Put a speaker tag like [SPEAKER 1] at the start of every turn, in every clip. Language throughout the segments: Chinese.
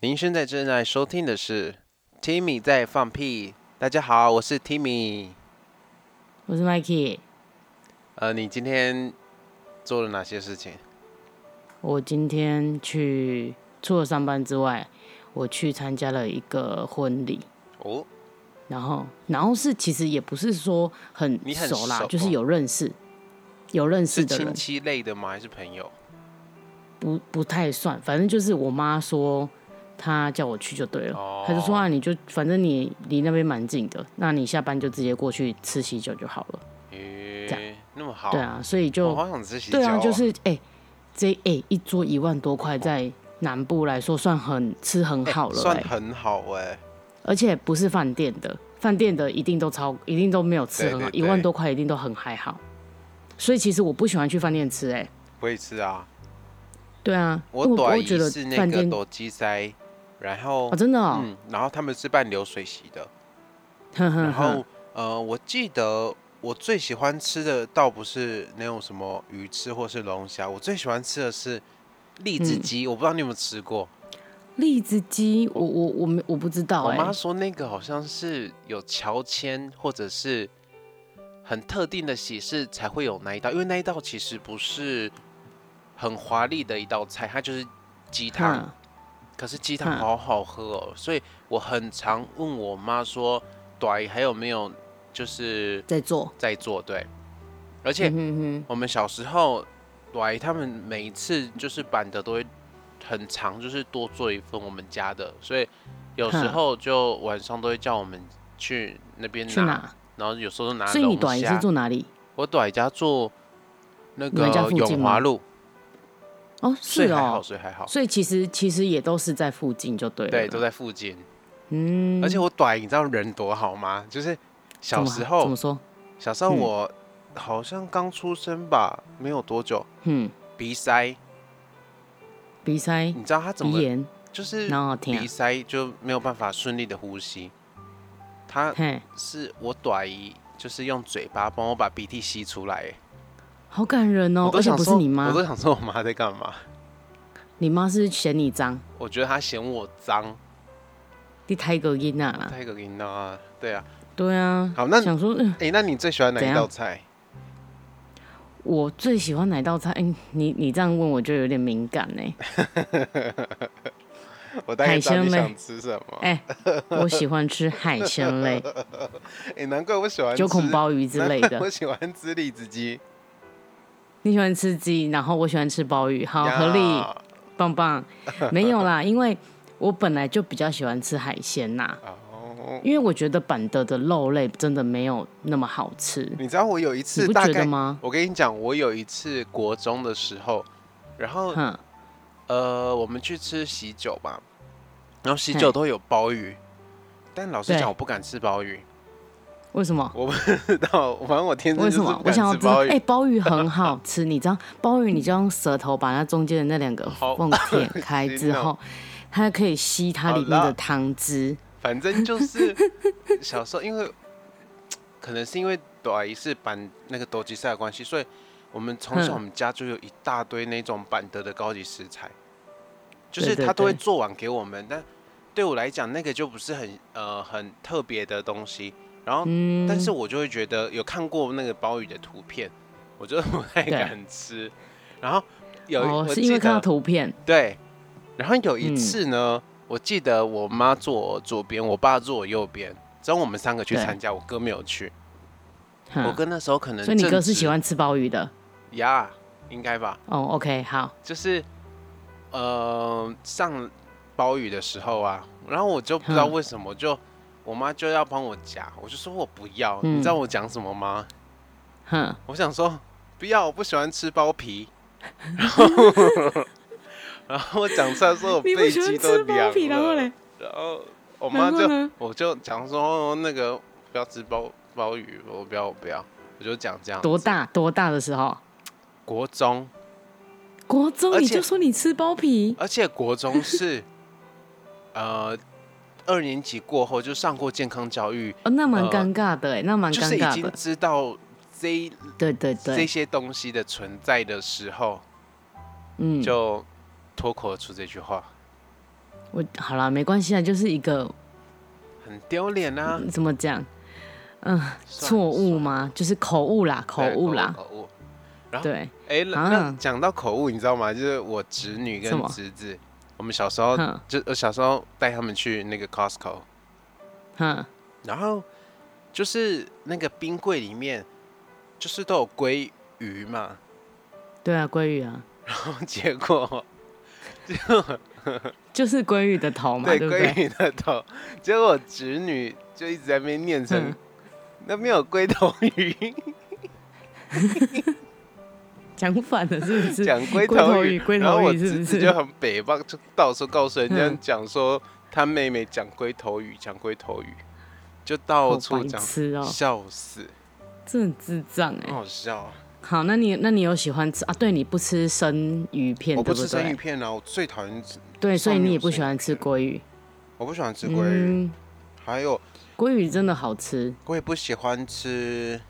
[SPEAKER 1] 您现在正在收听的是 Timmy 在放屁。大家好，我是 Timmy。
[SPEAKER 2] 我是 Mikey，
[SPEAKER 1] 呃，你今天做了哪些事情？
[SPEAKER 2] 我今天去除了上班之外，我去参加了一个婚礼，
[SPEAKER 1] 哦，
[SPEAKER 2] 然后然后是其实也不是说很
[SPEAKER 1] 你很
[SPEAKER 2] 熟啦，
[SPEAKER 1] 熟哦
[SPEAKER 2] 就是有认识，有认识
[SPEAKER 1] 是
[SPEAKER 2] 的
[SPEAKER 1] 亲
[SPEAKER 2] 人
[SPEAKER 1] 戚类的吗？还是朋友？
[SPEAKER 2] 不不太算，反正就是我妈说她叫我去就对了，
[SPEAKER 1] 哦
[SPEAKER 2] 她就说啊你就反正你离那边蛮近的，那你下班就直接过去吃喜酒就好了，
[SPEAKER 1] 咦、
[SPEAKER 2] 这
[SPEAKER 1] 那么好，
[SPEAKER 2] 对啊，所以
[SPEAKER 1] 我
[SPEAKER 2] 就
[SPEAKER 1] 好想吃喜酒、
[SPEAKER 2] 对啊，就是哎、这哎、一桌一万多块在。南部来说算很吃很
[SPEAKER 1] 哎
[SPEAKER 2] 好了、
[SPEAKER 1] 算
[SPEAKER 2] 哎
[SPEAKER 1] 很好哎、
[SPEAKER 2] 而且不是饭店的，饭店的一定都超，一定都没有吃
[SPEAKER 1] 对
[SPEAKER 2] 很好，
[SPEAKER 1] 对
[SPEAKER 2] 一
[SPEAKER 1] 对
[SPEAKER 2] 万多块一定都很还好。所以其实我不喜欢去饭店吃、哎，
[SPEAKER 1] 我也是啊。
[SPEAKER 2] 对啊，因
[SPEAKER 1] 我
[SPEAKER 2] 为我
[SPEAKER 1] 短
[SPEAKER 2] 会
[SPEAKER 1] 一
[SPEAKER 2] 觉得
[SPEAKER 1] 是那
[SPEAKER 2] 饭
[SPEAKER 1] 个
[SPEAKER 2] 店
[SPEAKER 1] 抖鸡塞，然后、
[SPEAKER 2] 哦，真的哦，
[SPEAKER 1] 嗯，然后他们是办流水席的，
[SPEAKER 2] 哼哼
[SPEAKER 1] 嗯然后
[SPEAKER 2] 嗯哼，
[SPEAKER 1] 呃，我记得我最喜欢吃的倒不是那种什么鱼翅或是龙虾，我最喜欢吃的是栗子
[SPEAKER 2] 嗯
[SPEAKER 1] 鸡。我不知道你有没有吃过，
[SPEAKER 2] 栗子鸡，我我我没我不知道、
[SPEAKER 1] 我妈
[SPEAKER 2] 哎，
[SPEAKER 1] 说那个好像是有乔迁或者是很特定的喜事才会有那一道，因为那一道其实不是很华丽的一道菜，它就是鸡汤。
[SPEAKER 2] 哼
[SPEAKER 1] 可是鸡汤
[SPEAKER 2] 嗯
[SPEAKER 1] 好好喝哦，所以我很常问我妈说，短还有没有就是
[SPEAKER 2] 在做，
[SPEAKER 1] 在做对，而且
[SPEAKER 2] 嗯哼哼，
[SPEAKER 1] 我们小时候，短他们每一次就是板的都会很长，就是多做一份我们家的，所以有时
[SPEAKER 2] 哼
[SPEAKER 1] 候就晚上都会叫我们去那边
[SPEAKER 2] 去哪？
[SPEAKER 1] 然后有时候都拿
[SPEAKER 2] 所以你
[SPEAKER 1] 龙
[SPEAKER 2] 短也
[SPEAKER 1] 虾
[SPEAKER 2] 是住哪里？
[SPEAKER 1] 我短家住那
[SPEAKER 2] 你们家
[SPEAKER 1] 个
[SPEAKER 2] 附近
[SPEAKER 1] 永华
[SPEAKER 2] 吗
[SPEAKER 1] 路，
[SPEAKER 2] 哦，
[SPEAKER 1] 所以
[SPEAKER 2] 是
[SPEAKER 1] 还好，
[SPEAKER 2] 哦，
[SPEAKER 1] 所以还好，
[SPEAKER 2] 所以其实其实也都是在附近就对了，
[SPEAKER 1] 对，都在附近。
[SPEAKER 2] 嗯，
[SPEAKER 1] 而且我短，你知道人多好吗？就是小
[SPEAKER 2] 怎么
[SPEAKER 1] 时
[SPEAKER 2] 怎
[SPEAKER 1] 候
[SPEAKER 2] 么，说？
[SPEAKER 1] 小时候
[SPEAKER 2] 嗯
[SPEAKER 1] 我好像刚出生吧，没有多久，
[SPEAKER 2] 嗯，
[SPEAKER 1] 鼻塞，
[SPEAKER 2] 鼻塞、
[SPEAKER 1] 你知道他怎
[SPEAKER 2] 鼻
[SPEAKER 1] 么
[SPEAKER 2] 炎，
[SPEAKER 1] 就是
[SPEAKER 2] 然后听啊
[SPEAKER 1] 鼻，塞就没有办法顺利的呼吸，他
[SPEAKER 2] 嘿，
[SPEAKER 1] 是我短姨，就是用嘴巴帮我把鼻涕吸出来，哎
[SPEAKER 2] 好感人哦
[SPEAKER 1] 我，都
[SPEAKER 2] 而且
[SPEAKER 1] 想
[SPEAKER 2] 不
[SPEAKER 1] 说，
[SPEAKER 2] 是你妈
[SPEAKER 1] 我，都想说我妈在干嘛？
[SPEAKER 2] 你妈是嫌你脏，
[SPEAKER 1] 我觉得她嫌我脏，
[SPEAKER 2] 你太个音啊啦。
[SPEAKER 1] 太恶心了，对啊，
[SPEAKER 2] 对啊，
[SPEAKER 1] 好那
[SPEAKER 2] 想说，嗯
[SPEAKER 1] 哎、那你最喜欢哪
[SPEAKER 2] 怎
[SPEAKER 1] 一
[SPEAKER 2] 样
[SPEAKER 1] 道菜？
[SPEAKER 2] 我最喜欢哪道菜？哎、你你这样问我就有点敏感呢、
[SPEAKER 1] 我大概知道
[SPEAKER 2] 海
[SPEAKER 1] 你
[SPEAKER 2] 鲜类
[SPEAKER 1] 想吃什么。
[SPEAKER 2] 哎、我喜欢吃海鲜 类，
[SPEAKER 1] 哎、难怪我喜欢吃
[SPEAKER 2] 九孔鲍鱼之 类
[SPEAKER 1] 我
[SPEAKER 2] 的。
[SPEAKER 1] 喜欢吃栗子鸡，
[SPEAKER 2] 你喜欢吃鸡，然后我喜欢吃鲍鱼，好
[SPEAKER 1] 呀
[SPEAKER 2] 哦合理，棒 棒。没有啦，因为我本来就比较喜欢吃海鲜呐、
[SPEAKER 1] 哦，
[SPEAKER 2] 因为我觉得板德的肉类真的没有那么好吃，
[SPEAKER 1] 你知道我有一
[SPEAKER 2] 你
[SPEAKER 1] 次
[SPEAKER 2] 不
[SPEAKER 1] 大
[SPEAKER 2] 觉
[SPEAKER 1] 概
[SPEAKER 2] 得，吗？
[SPEAKER 1] 我跟你讲，我有一次国中的时候，然后
[SPEAKER 2] 哼，
[SPEAKER 1] 呃，我们去吃喜酒吧，然后喜
[SPEAKER 2] 嘿
[SPEAKER 1] 酒都有鲍鱼，但老实
[SPEAKER 2] 对
[SPEAKER 1] 讲，我不敢吃鲍鱼，
[SPEAKER 2] 为什么？
[SPEAKER 1] 我不知道，反正我天生
[SPEAKER 2] 为
[SPEAKER 1] 就是
[SPEAKER 2] 什么
[SPEAKER 1] 不？
[SPEAKER 2] 我
[SPEAKER 1] 敢
[SPEAKER 2] 想要
[SPEAKER 1] 吃
[SPEAKER 2] 知道，
[SPEAKER 1] 鲍鱼，
[SPEAKER 2] 哎、鲍鱼很好吃，你知道，鲍鱼你就用舌头把它中间的那两个
[SPEAKER 1] 好
[SPEAKER 2] 缝舔开之
[SPEAKER 1] 好
[SPEAKER 2] 后，它可以吸它
[SPEAKER 1] 好
[SPEAKER 2] 里面的
[SPEAKER 1] 了
[SPEAKER 2] 汤汁。
[SPEAKER 1] 反正就是小时候，因为可能是因为短一是板那个斗鸡赛的关系，所以我们从小
[SPEAKER 2] 嗯
[SPEAKER 1] 我们家就有一大堆那种板德的高级食材，就
[SPEAKER 2] 对
[SPEAKER 1] 是
[SPEAKER 2] 对
[SPEAKER 1] 他都会
[SPEAKER 2] 对
[SPEAKER 1] 做碗给我们，但对我来讲那个就不是很呃很特别的东西。然后，
[SPEAKER 2] 嗯，
[SPEAKER 1] 但是我就会觉得有看过那个鲍鱼的图片，我就不太
[SPEAKER 2] 对
[SPEAKER 1] 敢吃。然后有一
[SPEAKER 2] 哦，
[SPEAKER 1] 我
[SPEAKER 2] 是
[SPEAKER 1] 记
[SPEAKER 2] 因为看到
[SPEAKER 1] 得
[SPEAKER 2] 图片，
[SPEAKER 1] 对，然后有一
[SPEAKER 2] 嗯
[SPEAKER 1] 次呢，我记得我妈坐我左边，我爸坐我右边，只有我们三个去
[SPEAKER 2] 对
[SPEAKER 1] 参加，我哥没有去。
[SPEAKER 2] 哼
[SPEAKER 1] 我哥那时候可能
[SPEAKER 2] 所以你
[SPEAKER 1] 正
[SPEAKER 2] 哥是
[SPEAKER 1] 值
[SPEAKER 2] 喜欢吃鲍鱼的。
[SPEAKER 1] 呀应该吧，
[SPEAKER 2] 哦，OK，好，
[SPEAKER 1] 就是呃上包雨的时候啊，然后我就不知道
[SPEAKER 2] 嗯
[SPEAKER 1] 为什么就我妈就要帮我夹，我就说我不要，你
[SPEAKER 2] 嗯
[SPEAKER 1] 知道我讲什么吗？
[SPEAKER 2] 哼，
[SPEAKER 1] 我想说不要，我不喜欢吃包 皮， 然后然后我讲出来说我
[SPEAKER 2] 你不
[SPEAKER 1] 背
[SPEAKER 2] 喜
[SPEAKER 1] 脊
[SPEAKER 2] 欢
[SPEAKER 1] 都
[SPEAKER 2] 吃
[SPEAKER 1] 凉
[SPEAKER 2] 鲍皮，然后
[SPEAKER 1] 了
[SPEAKER 2] 嘞，
[SPEAKER 1] 然后我妈
[SPEAKER 2] 然后
[SPEAKER 1] 就
[SPEAKER 2] 呢？
[SPEAKER 1] 我就讲说那个不要吃鲍鲍鱼，我不要我不要，我就讲这样。
[SPEAKER 2] 多？大多大的时候？
[SPEAKER 1] 国中，
[SPEAKER 2] 国
[SPEAKER 1] 而
[SPEAKER 2] 中你
[SPEAKER 1] 且
[SPEAKER 2] 就说你吃包皮，
[SPEAKER 1] 而且国中是呃二年级过后就上过健康教育，
[SPEAKER 2] 哦，那蛮
[SPEAKER 1] 呃
[SPEAKER 2] 尴尬的，哎，那蛮
[SPEAKER 1] 就
[SPEAKER 2] 尴
[SPEAKER 1] 是已
[SPEAKER 2] 尬
[SPEAKER 1] 经
[SPEAKER 2] 的。
[SPEAKER 1] 知道这一
[SPEAKER 2] 对对
[SPEAKER 1] 这
[SPEAKER 2] 对，
[SPEAKER 1] 些东西的存在的时候，
[SPEAKER 2] 嗯，
[SPEAKER 1] 就脱口而出这句话。
[SPEAKER 2] 我好啦，没关系啊，就是一个
[SPEAKER 1] 很丢脸啊，
[SPEAKER 2] 怎么讲嗯
[SPEAKER 1] 算
[SPEAKER 2] 错误？吗？就是口误啦，口
[SPEAKER 1] 算对
[SPEAKER 2] 误啦，
[SPEAKER 1] 口误。然后，
[SPEAKER 2] 对，
[SPEAKER 1] 哎，那
[SPEAKER 2] 啊
[SPEAKER 1] 那讲到口误，你知道吗？就是我侄女
[SPEAKER 2] 什
[SPEAKER 1] 跟
[SPEAKER 2] 么
[SPEAKER 1] 侄子，我们小时候
[SPEAKER 2] 哼
[SPEAKER 1] 就我小时候带他们去那个 Costco，
[SPEAKER 2] 哼，
[SPEAKER 1] 然后就是那个冰柜里面就是都有鲑鱼嘛，
[SPEAKER 2] 对啊，鲑鱼啊，
[SPEAKER 1] 结果
[SPEAKER 2] 就是鲑鱼的头嘛，对不
[SPEAKER 1] 鲑
[SPEAKER 2] 对？
[SPEAKER 1] 鱼的头，结果我侄女就一直在那边念成
[SPEAKER 2] 嗯
[SPEAKER 1] 那边有龟头鱼，
[SPEAKER 2] 讲反了是不 是？
[SPEAKER 1] 讲龟
[SPEAKER 2] 龟头
[SPEAKER 1] 鱼
[SPEAKER 2] 鱼，龟
[SPEAKER 1] 然后
[SPEAKER 2] 头
[SPEAKER 1] 我
[SPEAKER 2] 鱼是
[SPEAKER 1] 侄
[SPEAKER 2] 不
[SPEAKER 1] 子
[SPEAKER 2] 是
[SPEAKER 1] 就很北方，就到处告诉人家
[SPEAKER 2] 嗯
[SPEAKER 1] 讲说他妹妹讲龟头鱼，讲龟头鱼，就到
[SPEAKER 2] 好
[SPEAKER 1] 处
[SPEAKER 2] 白
[SPEAKER 1] 讲，
[SPEAKER 2] 痴哦，
[SPEAKER 1] 笑死，
[SPEAKER 2] 这很智障哎、
[SPEAKER 1] 很好笑啊。
[SPEAKER 2] 好，那你那你有喜欢吃啊？对，你不吃生鱼片，
[SPEAKER 1] 我不
[SPEAKER 2] 对
[SPEAKER 1] 吃生鱼
[SPEAKER 2] 对？
[SPEAKER 1] 片啊，我最讨厌吃，
[SPEAKER 2] 对，所
[SPEAKER 1] 上
[SPEAKER 2] 以
[SPEAKER 1] 面
[SPEAKER 2] 你也
[SPEAKER 1] 有
[SPEAKER 2] 不
[SPEAKER 1] 生
[SPEAKER 2] 喜
[SPEAKER 1] 鱼
[SPEAKER 2] 欢吃
[SPEAKER 1] 片
[SPEAKER 2] 鲑鱼。
[SPEAKER 1] 我不喜欢吃鲑鱼，
[SPEAKER 2] 嗯，
[SPEAKER 1] 还有
[SPEAKER 2] 鲑鱼真的好吃。
[SPEAKER 1] 我也不喜欢吃。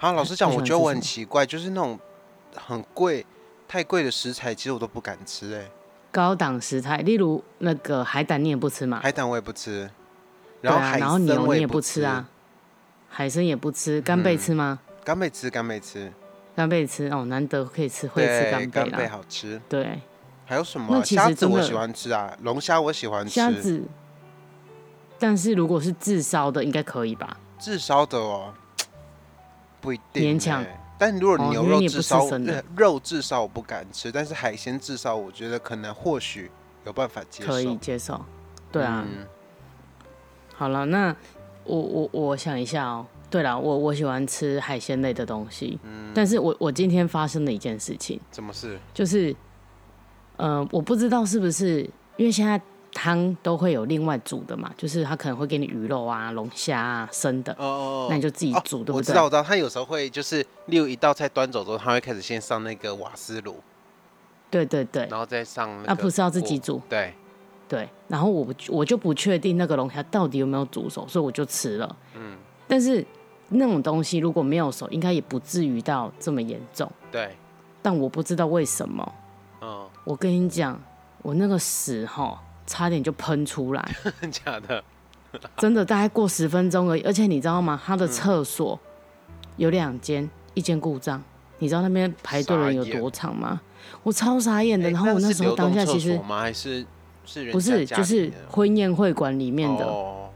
[SPEAKER 1] 好，老实讲，
[SPEAKER 2] 不喜
[SPEAKER 1] 我
[SPEAKER 2] 欢
[SPEAKER 1] 觉得我
[SPEAKER 2] 吃什
[SPEAKER 1] 很
[SPEAKER 2] 么
[SPEAKER 1] 奇怪，就是那种很贵、太贵的食材，其实我都不敢吃、哎
[SPEAKER 2] 高档食材，例如那个海胆，你也不吃
[SPEAKER 1] 哎，
[SPEAKER 2] 嘛？
[SPEAKER 1] 海胆我也不吃，
[SPEAKER 2] 啊对
[SPEAKER 1] 然后
[SPEAKER 2] 啊
[SPEAKER 1] 海
[SPEAKER 2] 然后
[SPEAKER 1] 参
[SPEAKER 2] 牛
[SPEAKER 1] 我
[SPEAKER 2] 你也
[SPEAKER 1] 不
[SPEAKER 2] 不吃啊，，海参也不吃，干贝
[SPEAKER 1] 嗯
[SPEAKER 2] 吃吗？
[SPEAKER 1] 干贝吃，干贝吃，
[SPEAKER 2] 干贝吃哦，难得可以吃会吃
[SPEAKER 1] 对，
[SPEAKER 2] 干
[SPEAKER 1] 干
[SPEAKER 2] 贝
[SPEAKER 1] 贝
[SPEAKER 2] 啦。
[SPEAKER 1] 好吃。
[SPEAKER 2] 对，
[SPEAKER 1] 还有什么
[SPEAKER 2] 那
[SPEAKER 1] 啊？
[SPEAKER 2] 其实
[SPEAKER 1] 虾子
[SPEAKER 2] 真
[SPEAKER 1] 我
[SPEAKER 2] 的
[SPEAKER 1] 喜欢吃啊，龙虾我喜欢
[SPEAKER 2] 虾
[SPEAKER 1] 吃，
[SPEAKER 2] 子，但是如果是炙烧的，应该可以吧？
[SPEAKER 1] 炙烧的哦，不一定、
[SPEAKER 2] 勉强
[SPEAKER 1] 哎。但如果
[SPEAKER 2] 哦
[SPEAKER 1] 牛
[SPEAKER 2] 因为
[SPEAKER 1] 肉
[SPEAKER 2] 你也不
[SPEAKER 1] 炙
[SPEAKER 2] 吃
[SPEAKER 1] 烧，
[SPEAKER 2] 生的
[SPEAKER 1] 呃肉炙烧我不敢吃，但是海鲜炙烧，我觉得可能或许有办法接受。
[SPEAKER 2] 可以接受。对啊，
[SPEAKER 1] 嗯
[SPEAKER 2] 好了，那我我我想一下哦。对了，我我喜欢吃海鲜类的东西，
[SPEAKER 1] 嗯
[SPEAKER 2] 但是我我今天发生了一件事情，
[SPEAKER 1] 怎么是？
[SPEAKER 2] 就是，呃，我不知道是不是因为现在汤都会有另外煮的嘛，就是他可能会给你鱼肉啊、龙虾啊生的，
[SPEAKER 1] 哦哦
[SPEAKER 2] 那你
[SPEAKER 1] 就
[SPEAKER 2] 就自己煮，对不
[SPEAKER 1] 我知
[SPEAKER 2] 对？
[SPEAKER 1] 道，我知道，他有时候会就是，例如一道菜端走之后，他会开始先上那个瓦斯炉，
[SPEAKER 2] 对对对，
[SPEAKER 1] 然后再上那
[SPEAKER 2] 啊，
[SPEAKER 1] 个
[SPEAKER 2] 不是要自己
[SPEAKER 1] 锅。
[SPEAKER 2] 煮，
[SPEAKER 1] 对，
[SPEAKER 2] 对。然后我不我就不确定那个龙虾到底有没有煮熟，所以我就吃了。嗯，但是那种东西如果没有熟，应该也不至于到这么严重。
[SPEAKER 1] 对，
[SPEAKER 2] 但我不知道为什么。
[SPEAKER 1] 嗯，
[SPEAKER 2] 我跟你讲，我那个屎哈，差点就喷出来，
[SPEAKER 1] 真假的？
[SPEAKER 2] 真的大概过十分钟而已。而且你知道吗？他的厕所有两间，一间故障，你知道那边排队的人有多长吗？我超傻眼的。
[SPEAKER 1] 诶
[SPEAKER 2] 然后我那
[SPEAKER 1] 哎是
[SPEAKER 2] 时候
[SPEAKER 1] 流
[SPEAKER 2] 当
[SPEAKER 1] 动
[SPEAKER 2] 下
[SPEAKER 1] 厕
[SPEAKER 2] 其实
[SPEAKER 1] 所吗？还是是人
[SPEAKER 2] 不
[SPEAKER 1] 家
[SPEAKER 2] 是，
[SPEAKER 1] 家
[SPEAKER 2] 就
[SPEAKER 1] 里
[SPEAKER 2] 是
[SPEAKER 1] 的
[SPEAKER 2] 婚宴会馆里面的，
[SPEAKER 1] 哦，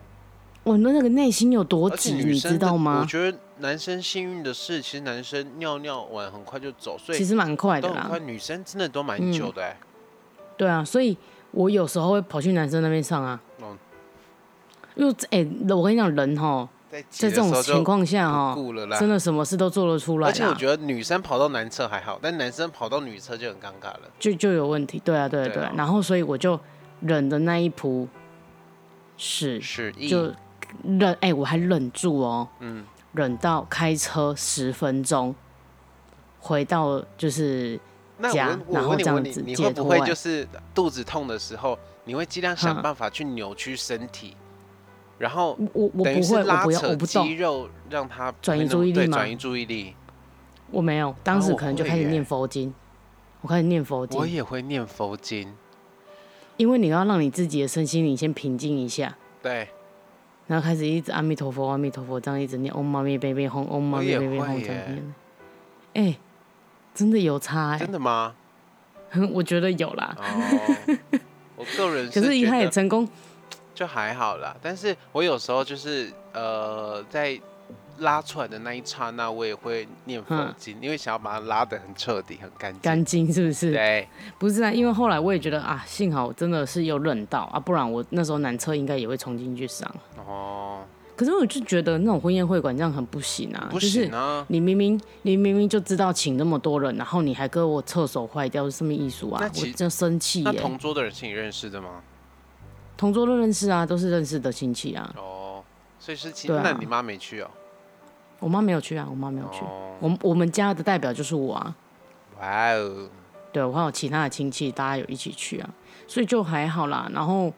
[SPEAKER 2] 我那那个内心有多
[SPEAKER 1] 而且
[SPEAKER 2] 挤，
[SPEAKER 1] 女
[SPEAKER 2] 你
[SPEAKER 1] 生
[SPEAKER 2] 知
[SPEAKER 1] 的
[SPEAKER 2] 道
[SPEAKER 1] 我
[SPEAKER 2] 吗？
[SPEAKER 1] 觉得男生幸运的是，其实男生尿尿完很快就走，所
[SPEAKER 2] 其
[SPEAKER 1] 以
[SPEAKER 2] 实蛮快的
[SPEAKER 1] 都很
[SPEAKER 2] 啦嗯
[SPEAKER 1] 快。，女生真的都蛮久的、欸。
[SPEAKER 2] 对啊，所以我有时候会跑去男生那边上啊。
[SPEAKER 1] 哦
[SPEAKER 2] 因为哎、我跟你讲，人哈，
[SPEAKER 1] 在在
[SPEAKER 2] 在这种情况下哈，
[SPEAKER 1] 顾了啦，
[SPEAKER 2] 真的啊什么事都做得出来啦，
[SPEAKER 1] 而且我觉得女生跑到男厕还好，但男生跑到女厕就很尴尬了。
[SPEAKER 2] 就就有问题。对啊，对啊，
[SPEAKER 1] 对
[SPEAKER 2] 对
[SPEAKER 1] 啊
[SPEAKER 2] 啊。然后所以我就忍的那一扑屎，
[SPEAKER 1] 是，
[SPEAKER 2] 就忍哎、我还忍住哦，嗯，忍到开车十分钟，回到就是
[SPEAKER 1] 那我
[SPEAKER 2] 夹
[SPEAKER 1] 问
[SPEAKER 2] 然
[SPEAKER 1] 我
[SPEAKER 2] 后
[SPEAKER 1] 问你
[SPEAKER 2] 这样
[SPEAKER 1] 问你，
[SPEAKER 2] 子
[SPEAKER 1] 你
[SPEAKER 2] 解
[SPEAKER 1] 会不
[SPEAKER 2] 脱
[SPEAKER 1] 会
[SPEAKER 2] 欸
[SPEAKER 1] 就是肚子痛的时候，你会尽量想
[SPEAKER 2] 哼
[SPEAKER 1] 办法去扭曲身体，然后
[SPEAKER 2] 我我不
[SPEAKER 1] 等于
[SPEAKER 2] 会，
[SPEAKER 1] 是
[SPEAKER 2] 我
[SPEAKER 1] 拉
[SPEAKER 2] 不要，
[SPEAKER 1] 扯
[SPEAKER 2] 我不
[SPEAKER 1] 肌
[SPEAKER 2] 动，
[SPEAKER 1] 肉，让它不
[SPEAKER 2] 转
[SPEAKER 1] 会
[SPEAKER 2] 移
[SPEAKER 1] 那
[SPEAKER 2] 注
[SPEAKER 1] 么
[SPEAKER 2] 意力
[SPEAKER 1] 对，
[SPEAKER 2] 吗
[SPEAKER 1] 转移注意力。
[SPEAKER 2] 我没有。当时
[SPEAKER 1] 我
[SPEAKER 2] 可能就
[SPEAKER 1] 哦会
[SPEAKER 2] 开始
[SPEAKER 1] 耶
[SPEAKER 2] 念佛经，我开始念佛
[SPEAKER 1] 我
[SPEAKER 2] 经，
[SPEAKER 1] 也会念佛经，
[SPEAKER 2] 因为你要让你自己的身心灵先平静一下。
[SPEAKER 1] 对，
[SPEAKER 2] 然后开始一直阿弥陀佛，阿弥陀佛，这样一直念，嗡嘛咪呗呗吽，嗡嘛咪呗呗
[SPEAKER 1] 我也会
[SPEAKER 2] 吽，这样
[SPEAKER 1] 耶
[SPEAKER 2] 念。哎、真的有差哎、
[SPEAKER 1] 真的吗？
[SPEAKER 2] 我觉得有啦。
[SPEAKER 1] 哦，我个人
[SPEAKER 2] 可是
[SPEAKER 1] 觉
[SPEAKER 2] 他也
[SPEAKER 1] 得
[SPEAKER 2] 成功，
[SPEAKER 1] 就还好啦，但是我有时候就是呃，在拉出来的那一刹那，我也会念佛
[SPEAKER 2] 嗯
[SPEAKER 1] 经，因为想要把它拉得很彻底、很干净。
[SPEAKER 2] 干净是不是？
[SPEAKER 1] 对，
[SPEAKER 2] 不是啊，因为后来我也觉得啊，幸好我真的是有忍到啊，不然我那时候男厕应该也会冲进去上。
[SPEAKER 1] 哦，
[SPEAKER 2] 可是我就觉得那种婚宴会馆这样很不行啊，
[SPEAKER 1] 不行
[SPEAKER 2] 就是
[SPEAKER 1] 啊，
[SPEAKER 2] 你明明你明明就知道请那么多人，然后你还跟我厕所坏掉，是什么艺术
[SPEAKER 1] 那
[SPEAKER 2] 啊？我
[SPEAKER 1] 其
[SPEAKER 2] 就生气
[SPEAKER 1] 那
[SPEAKER 2] 耶、
[SPEAKER 1] 同桌的人是你认识的吗？
[SPEAKER 2] 同桌都认识啊，都是认识的亲戚啊。
[SPEAKER 1] 哦，所以是其、
[SPEAKER 2] 对啊
[SPEAKER 1] 那你妈没去哦。
[SPEAKER 2] 我妈没有去啊，我妈没有去。
[SPEAKER 1] 哦，
[SPEAKER 2] 我我们家的代表就是我啊，
[SPEAKER 1] 哇哦，
[SPEAKER 2] 对我还有其他的亲戚，大家有一起去啊，所以就还好啦。然后，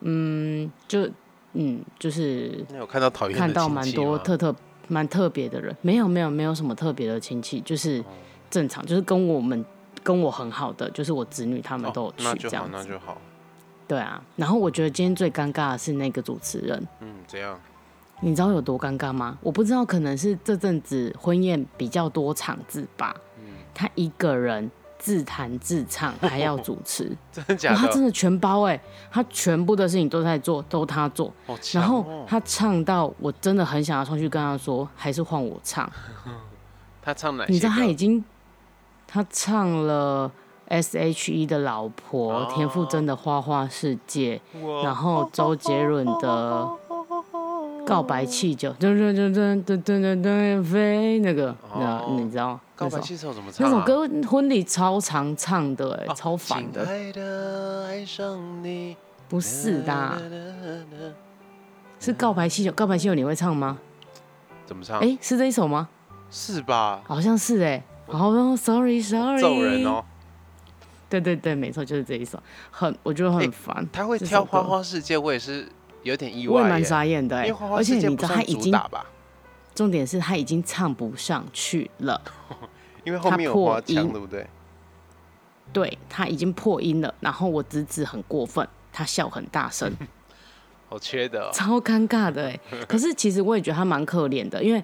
[SPEAKER 2] 嗯，就嗯，就是
[SPEAKER 1] 那有看到讨厌的
[SPEAKER 2] 看到
[SPEAKER 1] 亲
[SPEAKER 2] 蛮
[SPEAKER 1] 戚
[SPEAKER 2] 多
[SPEAKER 1] 吗
[SPEAKER 2] 特特
[SPEAKER 1] 哦
[SPEAKER 2] 蛮特别的人，没有没有没有什么特别的亲戚，就是正常，就是跟我们跟我很好的，就是我侄女他们都有
[SPEAKER 1] 哦那
[SPEAKER 2] 去
[SPEAKER 1] 就
[SPEAKER 2] 这样
[SPEAKER 1] 好，
[SPEAKER 2] 子。
[SPEAKER 1] 那就好。
[SPEAKER 2] 对啊，然后我觉得今天最尴尬的是那个主持人，
[SPEAKER 1] 嗯，这 样
[SPEAKER 2] 你知道有多尴尬吗？我不知道，可能是这阵子婚宴比较多场子吧。
[SPEAKER 1] 嗯
[SPEAKER 2] 他一个人自弹自唱，还要主持，
[SPEAKER 1] 真的假
[SPEAKER 2] 哇，他真
[SPEAKER 1] 的？
[SPEAKER 2] 的全包哎、他全部的事情都在做，都他做。
[SPEAKER 1] 好强
[SPEAKER 2] 然后
[SPEAKER 1] 哦
[SPEAKER 2] 他唱到，我真的很想要上去跟他说，还是换我唱。
[SPEAKER 1] 他唱哪些歌？
[SPEAKER 2] 你知道他已经，他唱了 S.H.E 的老婆，
[SPEAKER 1] 哦
[SPEAKER 2] 田馥甄的《花花世界》，
[SPEAKER 1] 哇
[SPEAKER 2] 然后周杰伦的《告白气球》，噔噔噔噔噔噔噔噔飞那个，那
[SPEAKER 1] 哦
[SPEAKER 2] 你知道
[SPEAKER 1] 告白
[SPEAKER 2] 那首
[SPEAKER 1] 气球怎么唱
[SPEAKER 2] 那
[SPEAKER 1] 啊？
[SPEAKER 2] 首歌婚礼超常唱的、欸，哎、
[SPEAKER 1] 哦
[SPEAKER 2] 超烦
[SPEAKER 1] 亲
[SPEAKER 2] 的，
[SPEAKER 1] 爱的，爱上你
[SPEAKER 2] 不是的啊，
[SPEAKER 1] 的。
[SPEAKER 2] 是《告白气球》。《告白气球》你会唱吗？
[SPEAKER 1] 怎么唱？
[SPEAKER 2] 哎、是这一首吗？
[SPEAKER 1] 是吧？
[SPEAKER 2] 好像是哎、然后说 sorry sorry，
[SPEAKER 1] 揍人哦！
[SPEAKER 2] 对对对，没错，就是这一首，很我觉得
[SPEAKER 1] 欸
[SPEAKER 2] 很烦。
[SPEAKER 1] 他会
[SPEAKER 2] 这
[SPEAKER 1] 挑《
[SPEAKER 2] 首
[SPEAKER 1] 花
[SPEAKER 2] 歌
[SPEAKER 1] 花世界》，我也是有点意
[SPEAKER 2] 我
[SPEAKER 1] 外
[SPEAKER 2] 也
[SPEAKER 1] 耶，
[SPEAKER 2] 蛮傻眼的、
[SPEAKER 1] 因
[SPEAKER 2] 欸，
[SPEAKER 1] 为《花花
[SPEAKER 2] 而且
[SPEAKER 1] 世界
[SPEAKER 2] 你》
[SPEAKER 1] 不
[SPEAKER 2] 知道他
[SPEAKER 1] 算
[SPEAKER 2] 已
[SPEAKER 1] 主
[SPEAKER 2] 经，
[SPEAKER 1] 打吧？
[SPEAKER 2] 重点是他已经唱不上去了，
[SPEAKER 1] 因为后
[SPEAKER 2] 他
[SPEAKER 1] 面有
[SPEAKER 2] 破
[SPEAKER 1] 花腔，
[SPEAKER 2] 音
[SPEAKER 1] 对不对？
[SPEAKER 2] 对他已经破音了。然后我侄子很过分，他笑很大 声，
[SPEAKER 1] 好缺的哦，
[SPEAKER 2] 超尴尬的哎、可是其实我也觉得他蛮可怜的，因为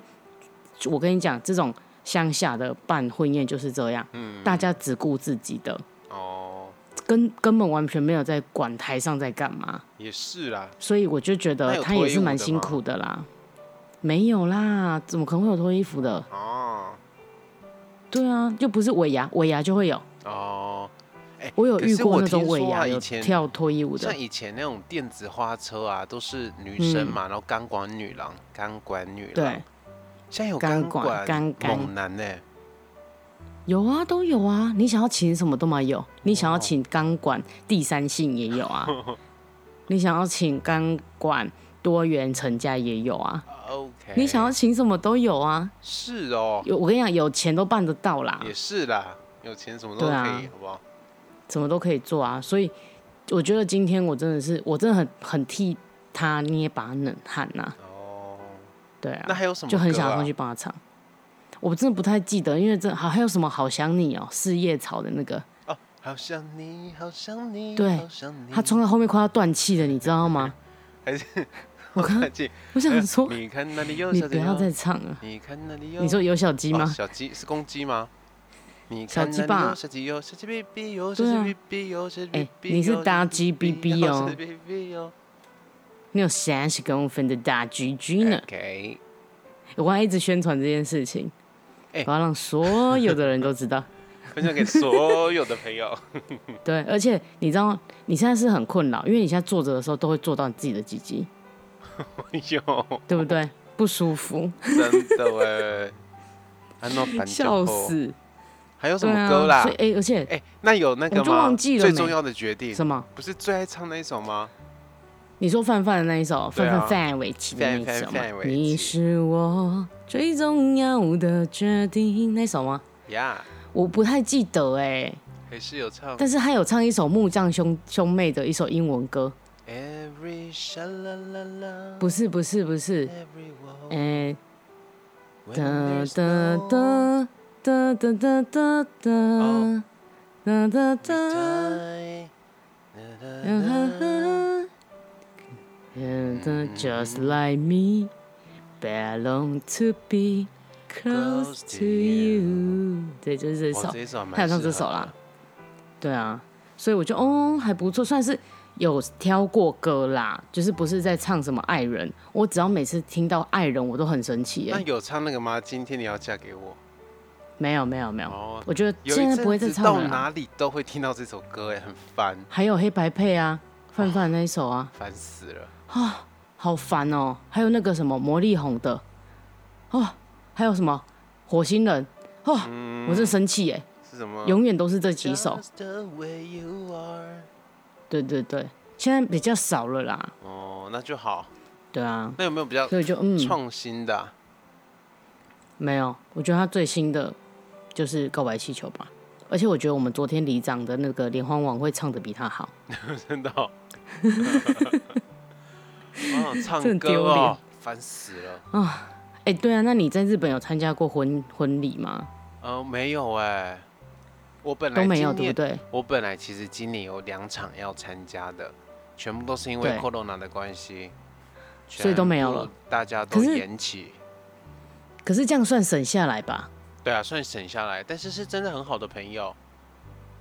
[SPEAKER 2] 我跟你讲，这种乡下的办婚宴就是这样，
[SPEAKER 1] 嗯
[SPEAKER 2] 大家只顾自己的，
[SPEAKER 1] 哦，
[SPEAKER 2] 根根本完全没有在管台上在干嘛，
[SPEAKER 1] 也是啦，
[SPEAKER 2] 所以我就觉
[SPEAKER 1] 那
[SPEAKER 2] 得
[SPEAKER 1] 有
[SPEAKER 2] 他也
[SPEAKER 1] 脱衣
[SPEAKER 2] 是
[SPEAKER 1] 舞
[SPEAKER 2] 蛮
[SPEAKER 1] 的
[SPEAKER 2] 辛
[SPEAKER 1] 吗
[SPEAKER 2] 苦的啦。没有啦，怎么可能会有脱衣服的？
[SPEAKER 1] 哦
[SPEAKER 2] 对啊，就不是尾牙，尾牙就会有。
[SPEAKER 1] 哦，哎，
[SPEAKER 2] 我有
[SPEAKER 1] 可
[SPEAKER 2] 遇
[SPEAKER 1] 是
[SPEAKER 2] 过
[SPEAKER 1] 我
[SPEAKER 2] 那种
[SPEAKER 1] 听
[SPEAKER 2] 尾
[SPEAKER 1] 说啊
[SPEAKER 2] 牙
[SPEAKER 1] 以
[SPEAKER 2] 有
[SPEAKER 1] 前
[SPEAKER 2] 跳脱衣舞的
[SPEAKER 1] 像，以前那种电子花车啊，都是女生嘛，然后钢管女郎、钢管女郎
[SPEAKER 2] 嗯对，，
[SPEAKER 1] 现在有
[SPEAKER 2] 钢管
[SPEAKER 1] 管
[SPEAKER 2] 钢管
[SPEAKER 1] 猛男呢，
[SPEAKER 2] 有啊，都有啊。你想要请什么都嘛有，你想要请钢管第三性也有 啊，你想要请钢管多元成家也有啊，
[SPEAKER 1] OK，
[SPEAKER 2] 你想要请什么都有啊。
[SPEAKER 1] 是哦，
[SPEAKER 2] 有我跟你讲，有钱都办得到啦，
[SPEAKER 1] 也是啦，有钱什么都
[SPEAKER 2] 对啊
[SPEAKER 1] 可以，好不好？
[SPEAKER 2] 什么都可以做啊。所以我觉得今天我真的是，我真的很很替他捏把冷汗呐、
[SPEAKER 1] 哦，
[SPEAKER 2] 对啊。
[SPEAKER 1] 那还有什么
[SPEAKER 2] 就很想
[SPEAKER 1] 歌
[SPEAKER 2] 要
[SPEAKER 1] 啊
[SPEAKER 2] 上去帮他唱。我真的不太记得，因为这好还有什么好想你哦，四叶草的那个，
[SPEAKER 1] 哦，好想你，好想你，
[SPEAKER 2] 对
[SPEAKER 1] 好想你。
[SPEAKER 2] 他冲到后面快要断气了，你知道吗？
[SPEAKER 1] 还是
[SPEAKER 2] 我刚
[SPEAKER 1] 看 见，
[SPEAKER 2] 我想说，
[SPEAKER 1] 你看那里有
[SPEAKER 2] 你
[SPEAKER 1] 小
[SPEAKER 2] 不
[SPEAKER 1] 鸡
[SPEAKER 2] 要再
[SPEAKER 1] 哦，
[SPEAKER 2] 唱了。
[SPEAKER 1] 你看那里有，
[SPEAKER 2] 你说有小鸡
[SPEAKER 1] 哦
[SPEAKER 2] 吗？
[SPEAKER 1] 小鸡是公鸡吗？你
[SPEAKER 2] 小
[SPEAKER 1] 看
[SPEAKER 2] 鸡
[SPEAKER 1] 那里
[SPEAKER 2] 吧
[SPEAKER 1] 有小鸡哟，小鸡哔哔哟，小
[SPEAKER 2] 对
[SPEAKER 1] 鸡
[SPEAKER 2] 啊
[SPEAKER 1] 哔哔哟，小鸡
[SPEAKER 2] 哎
[SPEAKER 1] 哔哔哟。
[SPEAKER 2] 你是大
[SPEAKER 1] 小
[SPEAKER 2] 鸡哔哔
[SPEAKER 1] 哟，小
[SPEAKER 2] 哦
[SPEAKER 1] 鸡哔哔哟。
[SPEAKER 2] 你有三十公分的大橘橘呢。
[SPEAKER 1] OK，
[SPEAKER 2] 我刚才一直宣传这件事情，
[SPEAKER 1] 哎
[SPEAKER 2] 我要让所有的人都知道。
[SPEAKER 1] 分享给所有的朋 友。
[SPEAKER 2] 对，而且你知道你现在是很困扰，因为你现在坐着的时候都会坐到你自己的鸡鸡，
[SPEAKER 1] 有，
[SPEAKER 2] 对不对？不舒服，
[SPEAKER 1] 真 的哎，安诺板
[SPEAKER 2] 笑！死。
[SPEAKER 1] 还有什
[SPEAKER 2] 对
[SPEAKER 1] 么歌啦
[SPEAKER 2] 啊？所以？哎、而且
[SPEAKER 1] 哎，那有那个
[SPEAKER 2] 我就
[SPEAKER 1] 吗？
[SPEAKER 2] 忘记了
[SPEAKER 1] 最
[SPEAKER 2] 没
[SPEAKER 1] 重要的决定
[SPEAKER 2] 什么？
[SPEAKER 1] 不是最爱唱那一首吗？
[SPEAKER 2] 你说范范的那一首，
[SPEAKER 1] 对
[SPEAKER 2] 范
[SPEAKER 1] 啊
[SPEAKER 2] 范范玮琪的那一首
[SPEAKER 1] 范
[SPEAKER 2] 吗
[SPEAKER 1] 范范玮？琪
[SPEAKER 2] 你是我最重要的决定那首吗？
[SPEAKER 1] 呀、
[SPEAKER 2] 我不太记得哎、
[SPEAKER 1] 还是有唱。
[SPEAKER 2] 但是他有唱一首木匠兄兄妹的一首英文歌，
[SPEAKER 1] Every sha la la la，
[SPEAKER 2] 不是不是不是，
[SPEAKER 1] ，Every wall
[SPEAKER 2] 哎、
[SPEAKER 1] when
[SPEAKER 2] 哒
[SPEAKER 1] there's
[SPEAKER 2] 哒
[SPEAKER 1] no
[SPEAKER 2] 哒哒哒哒哒
[SPEAKER 1] 哦
[SPEAKER 2] 哒哒哒哒。
[SPEAKER 1] time，da da
[SPEAKER 2] 嗯
[SPEAKER 1] da
[SPEAKER 2] And Oh, just like me, belong to be close to you。对，就是这
[SPEAKER 1] 哦
[SPEAKER 2] 首，
[SPEAKER 1] 这一首蛮
[SPEAKER 2] 他有唱这
[SPEAKER 1] 适合的
[SPEAKER 2] 首啦。对啊，所以我就哦还不错，算是有挑过歌啦，就是不是在唱什么爱人。我只要每次听到爱人，我都很生气耶、
[SPEAKER 1] 那有唱那个吗？今天你要嫁给我
[SPEAKER 2] 没有没有没有，
[SPEAKER 1] 哦。
[SPEAKER 2] 我觉得
[SPEAKER 1] 有一
[SPEAKER 2] 现在不会
[SPEAKER 1] 阵
[SPEAKER 2] 再
[SPEAKER 1] 子
[SPEAKER 2] 唱
[SPEAKER 1] 到
[SPEAKER 2] 了啊啦。
[SPEAKER 1] 哪里都会听到这首歌，哎，很烦，
[SPEAKER 2] 还有黑白配啊，范范那一首啊。
[SPEAKER 1] 烦死了。
[SPEAKER 2] 好烦哦、还有那个什么魔力红的，哦，还有什么火星人，哦，
[SPEAKER 1] 嗯
[SPEAKER 2] 我真生气耶、
[SPEAKER 1] 是什么？
[SPEAKER 2] 永远都是这几首。
[SPEAKER 1] Just the way you are
[SPEAKER 2] 对对对，现在比较少了啦。
[SPEAKER 1] 哦，那就好。
[SPEAKER 2] 对啊，
[SPEAKER 1] 那有没有比较
[SPEAKER 2] 所以就嗯，
[SPEAKER 1] 创新的啊、
[SPEAKER 2] 没有，我觉得他最新的就是告白气球吧。而且我觉得我们昨天里长的那个联欢晚会唱的比他好，
[SPEAKER 1] 真的、哦， 我想
[SPEAKER 2] 这
[SPEAKER 1] 唱
[SPEAKER 2] 很
[SPEAKER 1] 歌
[SPEAKER 2] 丢脸
[SPEAKER 1] 哦，烦死了。
[SPEAKER 2] 哎、对啊，那你在日本有参加过婚婚礼吗？
[SPEAKER 1] 哦呃，没有哎、我本来
[SPEAKER 2] 都没有，
[SPEAKER 1] 今
[SPEAKER 2] 对不
[SPEAKER 1] 年
[SPEAKER 2] 对？
[SPEAKER 1] 我本来其实今年有两场要参加的，全部都是因为
[SPEAKER 2] 对
[SPEAKER 1] corona 的关系，
[SPEAKER 2] 所以都没有了
[SPEAKER 1] 全部大家都
[SPEAKER 2] 可是
[SPEAKER 1] 延期。
[SPEAKER 2] 可是这样算省下 来吧？
[SPEAKER 1] 对啊，算省下来，但是是真的很好的朋友，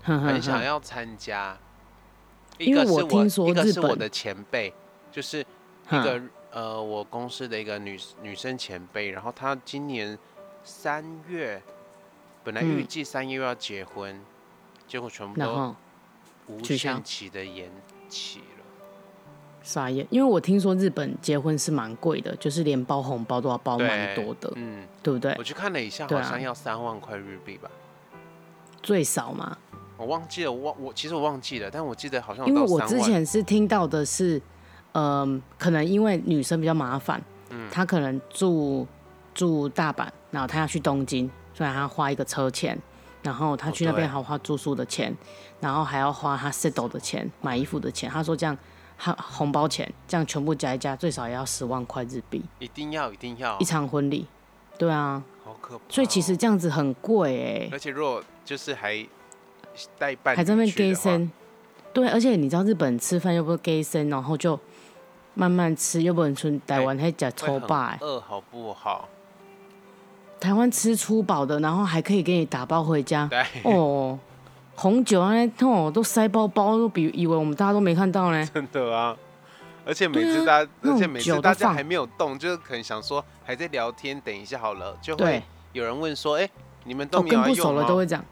[SPEAKER 2] 哼哼
[SPEAKER 1] 很想
[SPEAKER 2] 哼，
[SPEAKER 1] 要参加。一
[SPEAKER 2] 嗯因为
[SPEAKER 1] 个是
[SPEAKER 2] 我听说
[SPEAKER 1] 一个
[SPEAKER 2] 日
[SPEAKER 1] 是我
[SPEAKER 2] 本嗯
[SPEAKER 1] 的前辈，就是一
[SPEAKER 2] 哼
[SPEAKER 1] 个呃，我公司的一个女女生前辈，然后她今年三月本来预
[SPEAKER 2] 嗯
[SPEAKER 1] 计三月要结婚，结果全部
[SPEAKER 2] 然
[SPEAKER 1] 都
[SPEAKER 2] 后
[SPEAKER 1] 无
[SPEAKER 2] 取消
[SPEAKER 1] 限期的延期了。
[SPEAKER 2] 傻眼，因为我听说日本结婚是蛮贵的，就是连包红包都要包蛮
[SPEAKER 1] 对
[SPEAKER 2] 多的，
[SPEAKER 1] 嗯，
[SPEAKER 2] 对呃不对
[SPEAKER 1] 我？去看了一下，
[SPEAKER 2] 对
[SPEAKER 1] 好
[SPEAKER 2] 啊
[SPEAKER 1] 像要三万块日币吧。
[SPEAKER 2] 最少嘛，
[SPEAKER 1] 我忘记了，我忘我其实我忘记了，但我记得好像有
[SPEAKER 2] 因为
[SPEAKER 1] 到
[SPEAKER 2] 我
[SPEAKER 1] 三
[SPEAKER 2] 之
[SPEAKER 1] 万。
[SPEAKER 2] 前是听到的是，嗯、可能因为女生比较麻烦，
[SPEAKER 1] 嗯
[SPEAKER 2] 她可能住住大阪，然后她要去东京，所以她花一个车钱，然后她
[SPEAKER 1] 哦
[SPEAKER 2] 去那边
[SPEAKER 1] 对
[SPEAKER 2] 还要花住宿的钱，然后还要花她 settle 的钱、买衣服的钱。她说这样，她红包钱这样全部加一加，最少也要十万块日币、
[SPEAKER 1] 一定要一定要
[SPEAKER 2] 一，场婚礼。对啊，
[SPEAKER 1] 好可哦怕哦、
[SPEAKER 2] 所以其实这样子很贵哎、
[SPEAKER 1] 而且如果就是还带伴
[SPEAKER 2] 还在那
[SPEAKER 1] 侣
[SPEAKER 2] 边
[SPEAKER 1] 去
[SPEAKER 2] gay
[SPEAKER 1] 的话，
[SPEAKER 2] 生，对，而且你知道日本吃饭又不是 gay 生，然后就慢慢吃，又不能从台湾还假
[SPEAKER 1] 会
[SPEAKER 2] 粗
[SPEAKER 1] 很
[SPEAKER 2] 饱欸，
[SPEAKER 1] 饿好不好？
[SPEAKER 2] 台湾吃粗饱的，然后还可以给你打包回家，
[SPEAKER 1] 对，
[SPEAKER 2] 哦，红酒啊，哦，都塞包包，都比以为我们大家都没看到呢，哦
[SPEAKER 1] 真的啊。而且每
[SPEAKER 2] 对
[SPEAKER 1] 次
[SPEAKER 2] 啊
[SPEAKER 1] 大家，
[SPEAKER 2] 那
[SPEAKER 1] 而且
[SPEAKER 2] 种
[SPEAKER 1] 每
[SPEAKER 2] 酒
[SPEAKER 1] 次
[SPEAKER 2] 都
[SPEAKER 1] 大家
[SPEAKER 2] 放
[SPEAKER 1] 还没有动，就是可能想说还在聊天，等一下好了，就会
[SPEAKER 2] 对，
[SPEAKER 1] 有人问说：“哎、你们都
[SPEAKER 2] 哦，
[SPEAKER 1] 没有
[SPEAKER 2] 跟
[SPEAKER 1] 要
[SPEAKER 2] 不
[SPEAKER 1] 用
[SPEAKER 2] 熟
[SPEAKER 1] 吗
[SPEAKER 2] 了都会这样，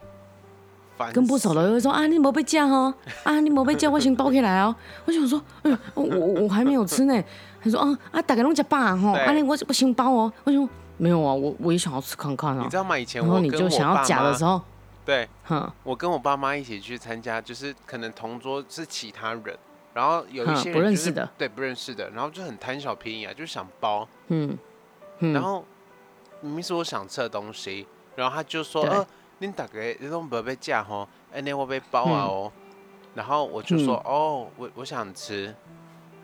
[SPEAKER 1] 烦
[SPEAKER 2] 跟不
[SPEAKER 1] 死
[SPEAKER 2] 熟了都会说啊，你没被叫哦，啊，你没被叫，我先包起来哦，我想说，嗯、我我我还没有吃呢，他说啊啊，大家拢吃饱啊吼，
[SPEAKER 1] 对
[SPEAKER 2] 啊你我我先包哦，我想说没有啊，我我也想要吃看看啊
[SPEAKER 1] 你知。道吗？以前
[SPEAKER 2] 然
[SPEAKER 1] 我
[SPEAKER 2] 后你
[SPEAKER 1] 跟
[SPEAKER 2] 就
[SPEAKER 1] 我
[SPEAKER 2] 想
[SPEAKER 1] 爸
[SPEAKER 2] 要假的
[SPEAKER 1] 妈，
[SPEAKER 2] 时候，
[SPEAKER 1] 对
[SPEAKER 2] 哼，
[SPEAKER 1] 我跟我爸妈一起去参加，就是可能同桌是其他人，然后有一
[SPEAKER 2] 嗯
[SPEAKER 1] 些人、就是
[SPEAKER 2] 不认识的，
[SPEAKER 1] 对不认识的，然后就很贪小便宜啊，就是想包，
[SPEAKER 2] 嗯，
[SPEAKER 1] 然
[SPEAKER 2] 嗯，
[SPEAKER 1] 后明明是我想吃的东西，然后他就说：“
[SPEAKER 2] 对
[SPEAKER 1] 呃，你大概你都不被架吼，哎，那我被包啊
[SPEAKER 2] 嗯
[SPEAKER 1] 哦。然后我就说：“哦，我我想吃。”
[SPEAKER 2] 嗯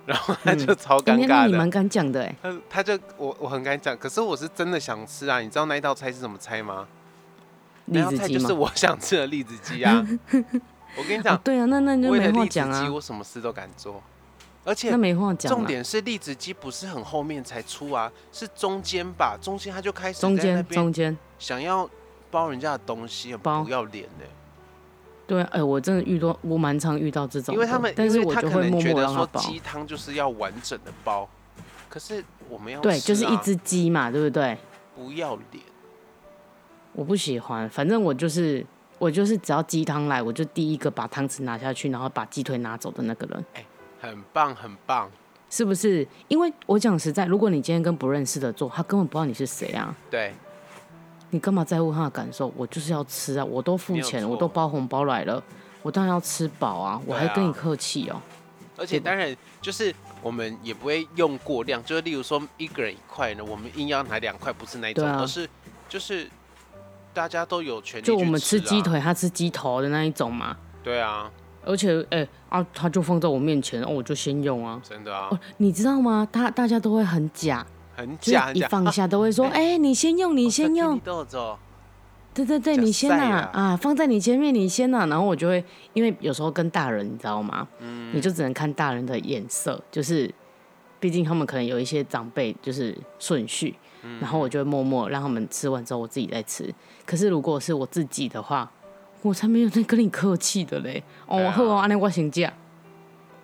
[SPEAKER 1] 然后他就超尴
[SPEAKER 2] 那那
[SPEAKER 1] 尬
[SPEAKER 2] 你
[SPEAKER 1] 的，
[SPEAKER 2] 蛮敢讲的哎，
[SPEAKER 1] 他他就我我很敢讲，可是我是真的想吃啊！你知道那一道菜是什么菜吗？
[SPEAKER 2] 栗
[SPEAKER 1] 那道
[SPEAKER 2] 子
[SPEAKER 1] 菜
[SPEAKER 2] 鸡
[SPEAKER 1] 就是
[SPEAKER 2] 吗？
[SPEAKER 1] 我想吃的栗子鸡 啊！我跟你讲
[SPEAKER 2] 哦，对啊，那那你就
[SPEAKER 1] 为了
[SPEAKER 2] 没话
[SPEAKER 1] 栗子
[SPEAKER 2] 讲啊
[SPEAKER 1] 鸡，，我什么事都敢做，而且
[SPEAKER 2] 那没话讲
[SPEAKER 1] 重
[SPEAKER 2] 啊。
[SPEAKER 1] 点是栗子鸡不是很后面才出啊，是中间吧？中间他就开始
[SPEAKER 2] 中
[SPEAKER 1] 在那
[SPEAKER 2] 间
[SPEAKER 1] 边
[SPEAKER 2] 中间，
[SPEAKER 1] 想要包人家的东西，很
[SPEAKER 2] 包
[SPEAKER 1] 不要脸的、
[SPEAKER 2] 对啊，哎，我真的遇到，我蛮常遇到这种的，
[SPEAKER 1] 因为他们，
[SPEAKER 2] 但是
[SPEAKER 1] 因为
[SPEAKER 2] 我
[SPEAKER 1] 他
[SPEAKER 2] 就
[SPEAKER 1] 可
[SPEAKER 2] 会
[SPEAKER 1] 能
[SPEAKER 2] 默
[SPEAKER 1] 觉
[SPEAKER 2] 默
[SPEAKER 1] 得
[SPEAKER 2] 让他
[SPEAKER 1] 说
[SPEAKER 2] 包，
[SPEAKER 1] 鸡汤就是要完整的包，可是我们要、啊
[SPEAKER 2] 对，就是一，只鸡嘛，对不对？
[SPEAKER 1] 不要脸。
[SPEAKER 2] 我不喜欢，反正我就是我就是只要鸡汤来，我就第一个把汤匙拿下去，然后把鸡腿拿走的那个人。
[SPEAKER 1] 很棒，很棒，
[SPEAKER 2] 是不是？因为我讲实在，如果你今天跟不认识的做，他根本不知道你是谁啊。
[SPEAKER 1] 对，
[SPEAKER 2] 你干嘛在乎他的感受？我就是要吃啊，我都付
[SPEAKER 1] 没有
[SPEAKER 2] 钱，
[SPEAKER 1] 错
[SPEAKER 2] 我都包红包来了，我当然要吃饱啊，我还跟你客气哦、
[SPEAKER 1] 而且当然就是我们也不会用过量，就是例如说一个人一块呢，我们硬要拿两块，不是那一种，
[SPEAKER 2] 对啊
[SPEAKER 1] 而是就是大家都有权利、去
[SPEAKER 2] 就我们吃
[SPEAKER 1] 吃
[SPEAKER 2] 鸡
[SPEAKER 1] 啊，
[SPEAKER 2] 腿，他吃鸡头的那一种嘛。
[SPEAKER 1] 对啊，
[SPEAKER 2] 而且，哎、啊，他就放在我面前，哦，我就先用啊。
[SPEAKER 1] 真的啊，
[SPEAKER 2] 哦，你知道吗？他大家都会很假，
[SPEAKER 1] 很
[SPEAKER 2] 就是
[SPEAKER 1] 假很
[SPEAKER 2] 一
[SPEAKER 1] 假，
[SPEAKER 2] 放下都 会说，
[SPEAKER 1] 哎
[SPEAKER 2] 哎、你先用，你 先用，
[SPEAKER 1] 豆子，
[SPEAKER 2] 对对对，
[SPEAKER 1] 假
[SPEAKER 2] 你先
[SPEAKER 1] 赛
[SPEAKER 2] 呐
[SPEAKER 1] 啦
[SPEAKER 2] 啊放在你前面，你先呐、然后我就会，因为有时候跟大人，你知道吗？
[SPEAKER 1] 嗯
[SPEAKER 2] 你就只能看大人的眼色，就是毕竟他们可能有一些长辈就是顺序，
[SPEAKER 1] 嗯
[SPEAKER 2] 然后我就会默默让他们吃完之后，我自己再吃。可是如果是我自己的话，我才没有在跟你客气的嘞。哦，
[SPEAKER 1] 对啊
[SPEAKER 2] 我喝完安尼我先讲，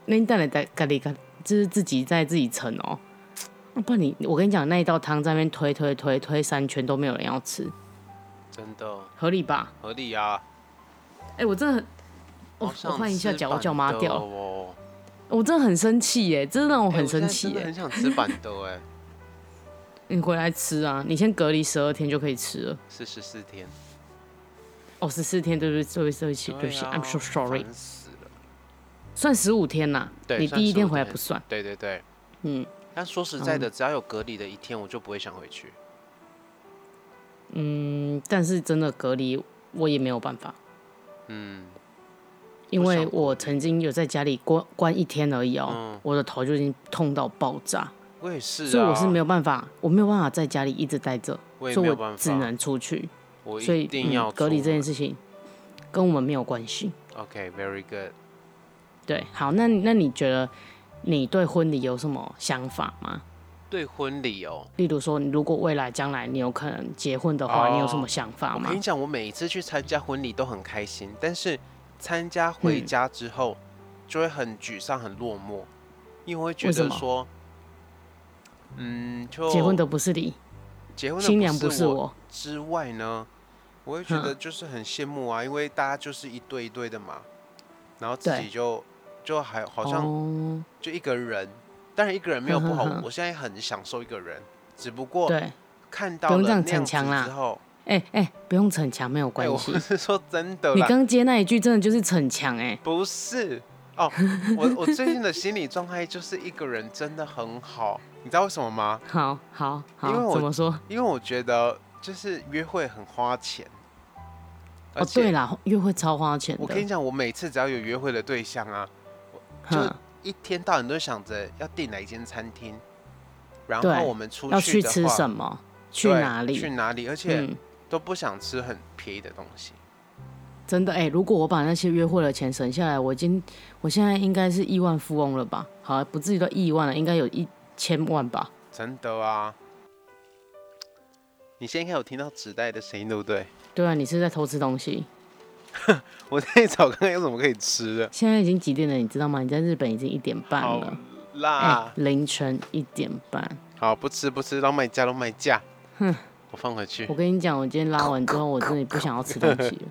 [SPEAKER 2] 那你等下再咖喱咖，就是自己在自己盛哦。不然你，我跟你讲，那一道汤在那边推推推推三圈都没有人要吃，
[SPEAKER 1] 真的
[SPEAKER 2] 合理吧？
[SPEAKER 1] 合理啊。
[SPEAKER 2] 哎、我真的很，我
[SPEAKER 1] 好
[SPEAKER 2] 哦我
[SPEAKER 1] 想
[SPEAKER 2] 换一下
[SPEAKER 1] 吃
[SPEAKER 2] 脚，我脚
[SPEAKER 1] 板
[SPEAKER 2] 麻
[SPEAKER 1] 豆
[SPEAKER 2] 掉，
[SPEAKER 1] 哦。
[SPEAKER 2] 我真的很生气耶，真的让我
[SPEAKER 1] 哎
[SPEAKER 2] 很
[SPEAKER 1] 现在
[SPEAKER 2] 生气
[SPEAKER 1] 真的
[SPEAKER 2] 耶。
[SPEAKER 1] 很想吃板豆哎，
[SPEAKER 2] 你回来吃啊，你先隔离十二天就可以吃了。
[SPEAKER 1] 四十四天，
[SPEAKER 2] 哦，十四天，对不起，对不起，对不起，对不起
[SPEAKER 1] 啊
[SPEAKER 2] ，I'm so sorry，
[SPEAKER 1] 烦死了。
[SPEAKER 2] 算十五天啦。
[SPEAKER 1] 对
[SPEAKER 2] 你
[SPEAKER 1] 算
[SPEAKER 2] 第一天
[SPEAKER 1] 15
[SPEAKER 2] 回来
[SPEAKER 1] 天
[SPEAKER 2] 不算。
[SPEAKER 1] 对对对，
[SPEAKER 2] 嗯
[SPEAKER 1] 但说实在的，只要有隔离的一天，我就不会想回去。
[SPEAKER 2] 嗯，但是真的隔离我也没有办法，
[SPEAKER 1] 嗯，
[SPEAKER 2] 因
[SPEAKER 1] 不
[SPEAKER 2] 为
[SPEAKER 1] 想
[SPEAKER 2] 我曾经有在家里关关一天而已哦、我的头就已经痛到爆炸，
[SPEAKER 1] 我也是啊，
[SPEAKER 2] 所以我是没有办法，我没有办法在家里一直待着，
[SPEAKER 1] 我也
[SPEAKER 2] 所
[SPEAKER 1] 没
[SPEAKER 2] 以
[SPEAKER 1] 有办
[SPEAKER 2] 我
[SPEAKER 1] 法，
[SPEAKER 2] 只能出去。
[SPEAKER 1] 我
[SPEAKER 2] 所
[SPEAKER 1] 一
[SPEAKER 2] 以
[SPEAKER 1] 定要
[SPEAKER 2] 嗯、隔离
[SPEAKER 1] 出
[SPEAKER 2] 这件
[SPEAKER 1] 门
[SPEAKER 2] 事情，跟我们没有关系。
[SPEAKER 1] OK，very、good。
[SPEAKER 2] 对，好，那那你觉得你对婚礼有什么想法吗？
[SPEAKER 1] 对婚礼哦，
[SPEAKER 2] 例如说，你如果未来将来你有可能结婚的话，
[SPEAKER 1] 哦
[SPEAKER 2] 你有什么想法
[SPEAKER 1] 我
[SPEAKER 2] 吗
[SPEAKER 1] 跟你？讲，我每一次去参加婚礼都很开心，但是参加回
[SPEAKER 2] 嗯
[SPEAKER 1] 家之后、就会很沮丧、很落寞，因为会觉
[SPEAKER 2] 为什
[SPEAKER 1] 得
[SPEAKER 2] 么
[SPEAKER 1] 说，嗯，就
[SPEAKER 2] 结婚的不是你，
[SPEAKER 1] 结婚的
[SPEAKER 2] 新娘不
[SPEAKER 1] 不
[SPEAKER 2] 是我，
[SPEAKER 1] 之外呢，我会觉
[SPEAKER 2] 嗯
[SPEAKER 1] 得就是很羡慕啊，因为大家就是一对一对的嘛，然后自
[SPEAKER 2] 对
[SPEAKER 1] 己就就还好像
[SPEAKER 2] 哦，
[SPEAKER 1] 就一个人，当然一个人没有不好，
[SPEAKER 2] 哼哼哼
[SPEAKER 1] 我现在很享受一个人，只不过
[SPEAKER 2] 对，
[SPEAKER 1] 看到
[SPEAKER 2] 不用
[SPEAKER 1] 了
[SPEAKER 2] 这样
[SPEAKER 1] 那样
[SPEAKER 2] 逞强
[SPEAKER 1] 子
[SPEAKER 2] 啦
[SPEAKER 1] 之后，
[SPEAKER 2] 哎哎，不用逞强，没有
[SPEAKER 1] 哎，
[SPEAKER 2] 关
[SPEAKER 1] 我
[SPEAKER 2] 系
[SPEAKER 1] 不。是说真的
[SPEAKER 2] 你
[SPEAKER 1] 啦，
[SPEAKER 2] 刚接那一句真的就是逞强哎、
[SPEAKER 1] 不是哦，我我最近的心理状态就是一个人真的很好，你知道为什么吗？
[SPEAKER 2] 好好好
[SPEAKER 1] 因为，我
[SPEAKER 2] 怎么说？
[SPEAKER 1] 因为我觉得就是约会很花钱，而
[SPEAKER 2] 哦，
[SPEAKER 1] 且
[SPEAKER 2] 对啦，约会超花钱的。
[SPEAKER 1] 我跟你讲，我每次只要有约会的对象啊，就
[SPEAKER 2] 哼
[SPEAKER 1] 一天到晚都想着要订哪一间餐厅，然
[SPEAKER 2] 对
[SPEAKER 1] 后我们出
[SPEAKER 2] 要
[SPEAKER 1] 去
[SPEAKER 2] 去
[SPEAKER 1] 的话
[SPEAKER 2] 吃什么？去
[SPEAKER 1] 对
[SPEAKER 2] 哪
[SPEAKER 1] 去
[SPEAKER 2] 里？
[SPEAKER 1] 哪里，而且
[SPEAKER 2] 嗯，
[SPEAKER 1] 都不想吃很便宜的东西。
[SPEAKER 2] 真的哎、如果我把那些约会的钱省下来，我已经我现在应该是亿万富翁了吧？好，不至于到亿万了，啊应该有一千万吧？
[SPEAKER 1] 真的啊！你现在应该有听到纸袋的声音，对不对？
[SPEAKER 2] 对啊，你是在偷吃东西。
[SPEAKER 1] 我在找看看有什么可以吃的。
[SPEAKER 2] 现在已经几点了？你知道吗？你在日本已经一点半
[SPEAKER 1] 好啊
[SPEAKER 2] 了，哎、
[SPEAKER 1] 辣！
[SPEAKER 2] 凌晨一点半。
[SPEAKER 1] 好，不吃不吃，老买价，老买价。我放回去
[SPEAKER 2] 我，跟你讲，我今天拉完之后，我真的不想要吃东西 了，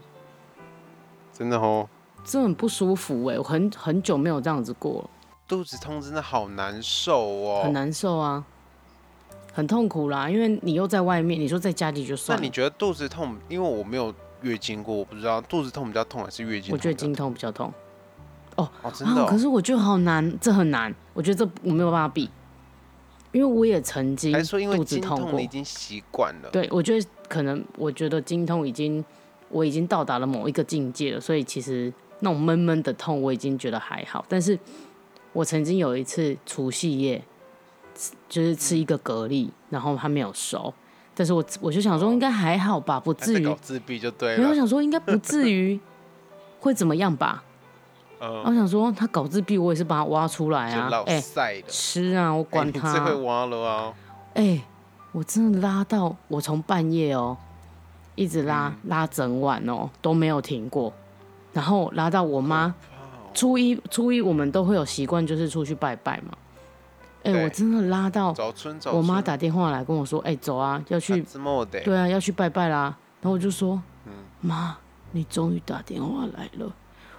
[SPEAKER 1] 真的哦，
[SPEAKER 2] 真的很不舒服哎、我很很久没有这样子过了，
[SPEAKER 1] 肚子痛真的好难受哦。
[SPEAKER 2] 很难受啊，很痛苦啦。因为你又在外面，你说在家里就
[SPEAKER 1] 那
[SPEAKER 2] 算了，
[SPEAKER 1] 你觉得肚子痛？因为我没有月经过，我不知道肚子痛比较痛还是月经痛比较痛？
[SPEAKER 2] 我觉得经痛比较痛
[SPEAKER 1] 哦，真的
[SPEAKER 2] 啊。可
[SPEAKER 1] 哦。
[SPEAKER 2] 是我觉得好难，这很难，我觉得这我没有办法比，因为我也曾经
[SPEAKER 1] 还是说因为
[SPEAKER 2] 肚子
[SPEAKER 1] 经
[SPEAKER 2] 痛
[SPEAKER 1] 痛
[SPEAKER 2] 过
[SPEAKER 1] 你已。经习惯了？
[SPEAKER 2] 对，我觉得可能，我觉得经痛已经，我已经到达了某一个境界了，所以其实那种闷闷的痛，我已经觉得还好。但是我曾经有一次除夕夜，吃就是吃一个蛤蜊，然后它没有熟，但是我我就想说应该还好吧，不
[SPEAKER 1] 哦还
[SPEAKER 2] 至
[SPEAKER 1] 在
[SPEAKER 2] 于
[SPEAKER 1] 搞，自闭就对
[SPEAKER 2] 没有我
[SPEAKER 1] 了。
[SPEAKER 2] 想说应该不至于会怎么样吧。然后
[SPEAKER 1] 嗯，
[SPEAKER 2] 我想说他搞自闭，我也是把它挖出来
[SPEAKER 1] 就
[SPEAKER 2] 啊
[SPEAKER 1] 老，
[SPEAKER 2] 哎、
[SPEAKER 1] 晒了。
[SPEAKER 2] 吃啊，我
[SPEAKER 1] 哎
[SPEAKER 2] 管
[SPEAKER 1] 你
[SPEAKER 2] 他、
[SPEAKER 1] 这会挖了啊！
[SPEAKER 2] 哎、我真的拉到我从半夜哦、一直拉、
[SPEAKER 1] 嗯
[SPEAKER 2] 拉整晚哦、都没有停过，然后拉到我妈
[SPEAKER 1] 哦
[SPEAKER 2] 初一初一我们都会有习惯，就是出去拜拜嘛。哎、
[SPEAKER 1] 对
[SPEAKER 2] 我真的拉到
[SPEAKER 1] 走村走村。
[SPEAKER 2] 我妈打电话来跟我说，哎、走啊，要去
[SPEAKER 1] 啊，自摸的。
[SPEAKER 2] 对啊，要去拜拜啦。然后我就说，
[SPEAKER 1] 嗯
[SPEAKER 2] 妈，你终于打电话来了，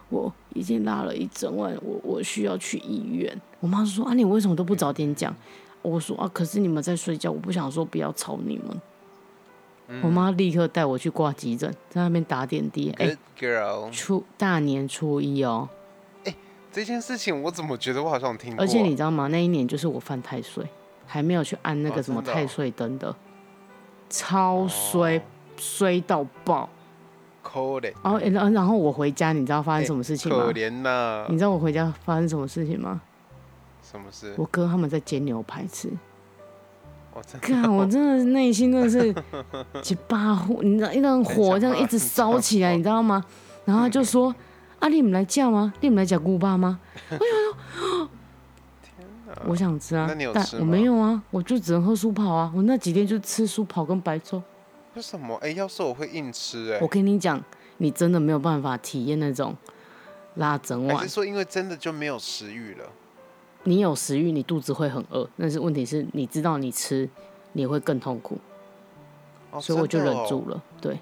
[SPEAKER 2] 我已经拉了一整晚，我我需要去医院。我妈说啊，你为什么都不早点讲？我说啊，可是你们在睡觉，我不想说不要吵你们。
[SPEAKER 1] 嗯
[SPEAKER 2] 我妈立刻带我去挂急诊，在那边打点滴。哎、
[SPEAKER 1] Good girl，、
[SPEAKER 2] 初大年初一哦，
[SPEAKER 1] 这件事情我怎么觉得我好像有听过啊？
[SPEAKER 2] 而且你知道吗？那一年就是我犯太岁，还没有去按那
[SPEAKER 1] 哦
[SPEAKER 2] 个什么
[SPEAKER 1] 真的哦哦
[SPEAKER 2] 太岁灯的，超衰、衰到爆。
[SPEAKER 1] 可怜
[SPEAKER 2] 然后，哦诶然后然后我回家，你知道发生
[SPEAKER 1] 哎
[SPEAKER 2] 什么事情吗？
[SPEAKER 1] 可怜啊呐、
[SPEAKER 2] 你知道我回家发生什么事情吗？
[SPEAKER 1] 什么事？
[SPEAKER 2] 我哥他们在煎牛排吃，
[SPEAKER 1] 我哦真
[SPEAKER 2] 看我真的内心真 的是几把火，你知道一种火这样一直烧起来，你知道吗？然后他就
[SPEAKER 1] 嗯
[SPEAKER 2] 说：“啊，你们来叫吗？你们来讲古 巴吗？”我想说，我想吃啊
[SPEAKER 1] 那你有，
[SPEAKER 2] 但
[SPEAKER 1] 吃
[SPEAKER 2] 我
[SPEAKER 1] 吗
[SPEAKER 2] 没有啊，我就只能喝酥跑啊。我那几天就吃酥跑跟白粥。
[SPEAKER 1] 为什么？哎、要是我会硬吃哎、
[SPEAKER 2] 我跟你讲，你真的没有办法体验那种拉整
[SPEAKER 1] 还
[SPEAKER 2] 晚
[SPEAKER 1] 是。说因为真的就没有食欲了？
[SPEAKER 2] 你有食欲，你肚子会很饿，但是问题是你知道你吃你会更痛苦，
[SPEAKER 1] 哦、
[SPEAKER 2] 所以我就
[SPEAKER 1] 真的
[SPEAKER 2] 忍
[SPEAKER 1] 哦嗯
[SPEAKER 2] 住了。对，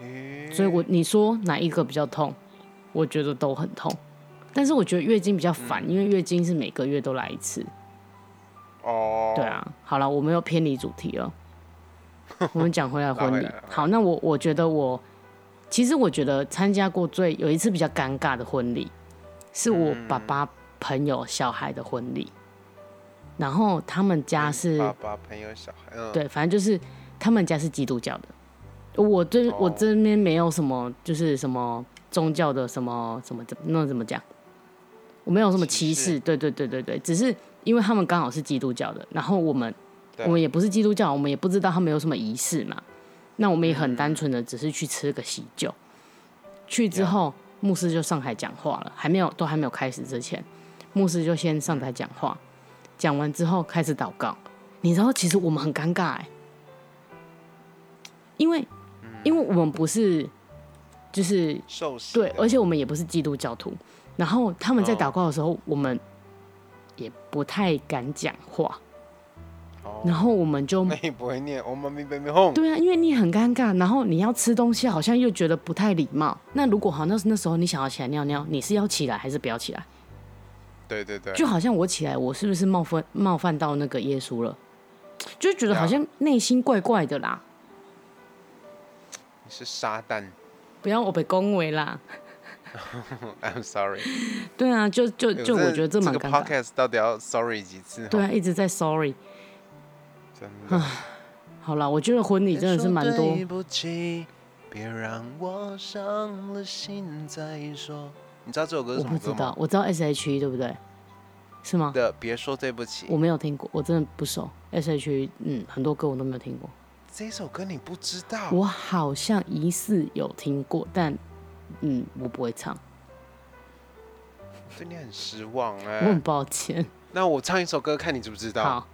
[SPEAKER 1] 咦
[SPEAKER 2] 所以我你说哪一个比较痛？我觉得都很痛，但是我觉得月经比较烦，
[SPEAKER 1] 嗯
[SPEAKER 2] 因为月经是每个月都来一次。
[SPEAKER 1] 哦，
[SPEAKER 2] 对，啊，好了，我们又偏离主题 了。我们讲回来
[SPEAKER 1] 拉
[SPEAKER 2] 婚
[SPEAKER 1] 回
[SPEAKER 2] 礼
[SPEAKER 1] 来拉回。来
[SPEAKER 2] 好，那我我觉得我其实我觉得参加过最有一次比较尴尬的婚礼，是我
[SPEAKER 1] 嗯
[SPEAKER 2] 爸爸朋友小孩的婚礼，然后他们家是。
[SPEAKER 1] 哎爸爸朋友小孩，嗯，
[SPEAKER 2] 对，反正就是他们家是基督教的。我这、我
[SPEAKER 1] 哦
[SPEAKER 2] 这边没有什么，就是什么宗教的什么什么怎那怎么讲？我没有什么
[SPEAKER 1] 歧
[SPEAKER 2] 歧
[SPEAKER 1] 视
[SPEAKER 2] 视，对对对对对，只是因为他们刚好是基督教的，然后我们
[SPEAKER 1] 对
[SPEAKER 2] 我们也不是基督教，我们也不知道他们有什么仪式嘛，那我们也很单纯的只是去吃个喜酒，去之后，牧师就上台讲话了，还没有都还没有开始之前，牧师就先上台讲话，讲完之后开始祷告。你知道，其实我们很尴尬哎、因为因为我们不是就是
[SPEAKER 1] 受洗
[SPEAKER 2] 对，而
[SPEAKER 1] 且
[SPEAKER 2] 且我们也不是基督教徒。然后他们在
[SPEAKER 1] 哦
[SPEAKER 2] 祷告的时候，我们也不太敢讲话。然后我们就
[SPEAKER 3] 哦那你不会念 “Oh my baby home”？
[SPEAKER 2] 对啊，因为你很尴尬，然后你要吃东西，好像又觉得不太礼貌。那如果好，那那时候你想要起来尿尿，你是要起来还是不要起来？
[SPEAKER 3] 对对对，
[SPEAKER 2] 就好像我起来，我是不是冒犯冒犯到那个耶稣了？就觉得好像内心怪怪的啦，
[SPEAKER 3] 你是撒旦。
[SPEAKER 2] 不要我被恭维啦。
[SPEAKER 3] I'm sorry。
[SPEAKER 2] 对啊，就就
[SPEAKER 3] 哎
[SPEAKER 2] 就我觉得
[SPEAKER 3] 这
[SPEAKER 2] 这蛮
[SPEAKER 3] 个
[SPEAKER 2] 尴尬。
[SPEAKER 3] podcast 到底要 sorry 几次？
[SPEAKER 2] 对，啊，一直在 sorry。
[SPEAKER 1] 哦
[SPEAKER 3] 真的。
[SPEAKER 2] 好啦，我觉得婚礼真的是蛮多。
[SPEAKER 1] 对不起，别让我伤了心再说。你知道这首歌是
[SPEAKER 2] 我
[SPEAKER 1] 什
[SPEAKER 2] 不
[SPEAKER 1] 么
[SPEAKER 2] 知
[SPEAKER 1] 歌
[SPEAKER 2] 道
[SPEAKER 1] 吗？，
[SPEAKER 2] 我知道 S H E 对不对？是吗？
[SPEAKER 1] 的，别说对不起
[SPEAKER 2] 我。没有听过，我真的不熟。S H E，嗯，很多歌我都没有听过。
[SPEAKER 1] 这首歌你不知道？
[SPEAKER 2] 我好像疑似有听过，但嗯，我不会唱，
[SPEAKER 3] 对你很失望
[SPEAKER 2] 我
[SPEAKER 3] 哎
[SPEAKER 2] 很。抱歉。
[SPEAKER 3] 那我唱一首歌，看你知不知道？
[SPEAKER 2] 嗯好，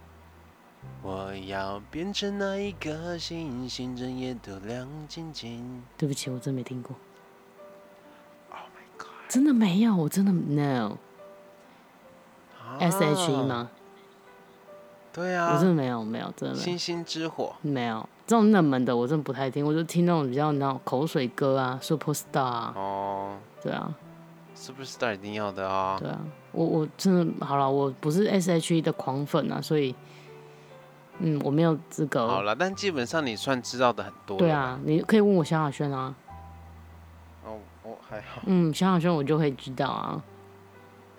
[SPEAKER 1] 我要变成那一颗星星，整夜都亮晶晶。
[SPEAKER 2] 对不起，我真没听过。
[SPEAKER 1] Oh
[SPEAKER 2] 真的没有，我真的 no
[SPEAKER 1] 啊
[SPEAKER 2] S H E？吗？
[SPEAKER 1] 对
[SPEAKER 2] 我
[SPEAKER 1] 啊
[SPEAKER 2] 真，的没有，没有，真的没有
[SPEAKER 1] 星星之火。
[SPEAKER 2] 没有。这种冷门的我真的不太听，我就听那种比较那种口水歌啊，Super Star 啊，
[SPEAKER 1] 哦
[SPEAKER 2] 对啊，
[SPEAKER 1] ，Superstar 一定要的啊。
[SPEAKER 2] 对啊，我我真的好了，我不是 S H E 的狂粉啊，所以嗯，我没有资
[SPEAKER 1] 好
[SPEAKER 2] 格。
[SPEAKER 1] 了，但基本上你算知道的很多。
[SPEAKER 2] 对，啊，你可以问我萧亚轩啊，
[SPEAKER 3] 哦，我还好。
[SPEAKER 2] 嗯，萧亚轩我就会知道啊。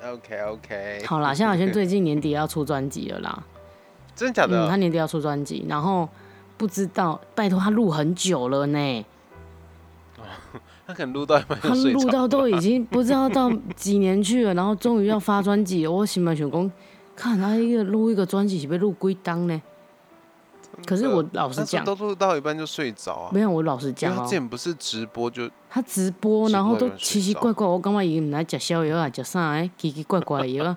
[SPEAKER 3] OK OK。
[SPEAKER 2] 好啦，萧 亚轩最近年底要出专辑了啦，
[SPEAKER 3] 真的假
[SPEAKER 2] 嗯，他
[SPEAKER 3] 的？
[SPEAKER 2] 年底要出专辑，然后不知道，拜托他录很久了呢，
[SPEAKER 1] 他可能录到一半
[SPEAKER 2] 他
[SPEAKER 1] 就睡
[SPEAKER 2] 录
[SPEAKER 1] 着。
[SPEAKER 2] 到都已经不知道到几年去了，然后终于要发专辑了，我心满想讲，看他一个录一个专辑是被录归档呢。可是我老实
[SPEAKER 3] 那时
[SPEAKER 2] 讲
[SPEAKER 3] 候，都录到一半就睡着啊。
[SPEAKER 2] 没有，我老实
[SPEAKER 3] 因
[SPEAKER 2] 讲
[SPEAKER 3] 为他
[SPEAKER 2] 哦
[SPEAKER 3] 之、前不是直播就
[SPEAKER 2] 他直
[SPEAKER 3] 直播
[SPEAKER 2] 播，然后
[SPEAKER 3] 有
[SPEAKER 2] 都
[SPEAKER 3] 人睡
[SPEAKER 2] 奇奇
[SPEAKER 3] 着
[SPEAKER 2] 怪怪，我感觉伊毋知食宵夜啊，食啥诶，奇奇怪怪的药啊，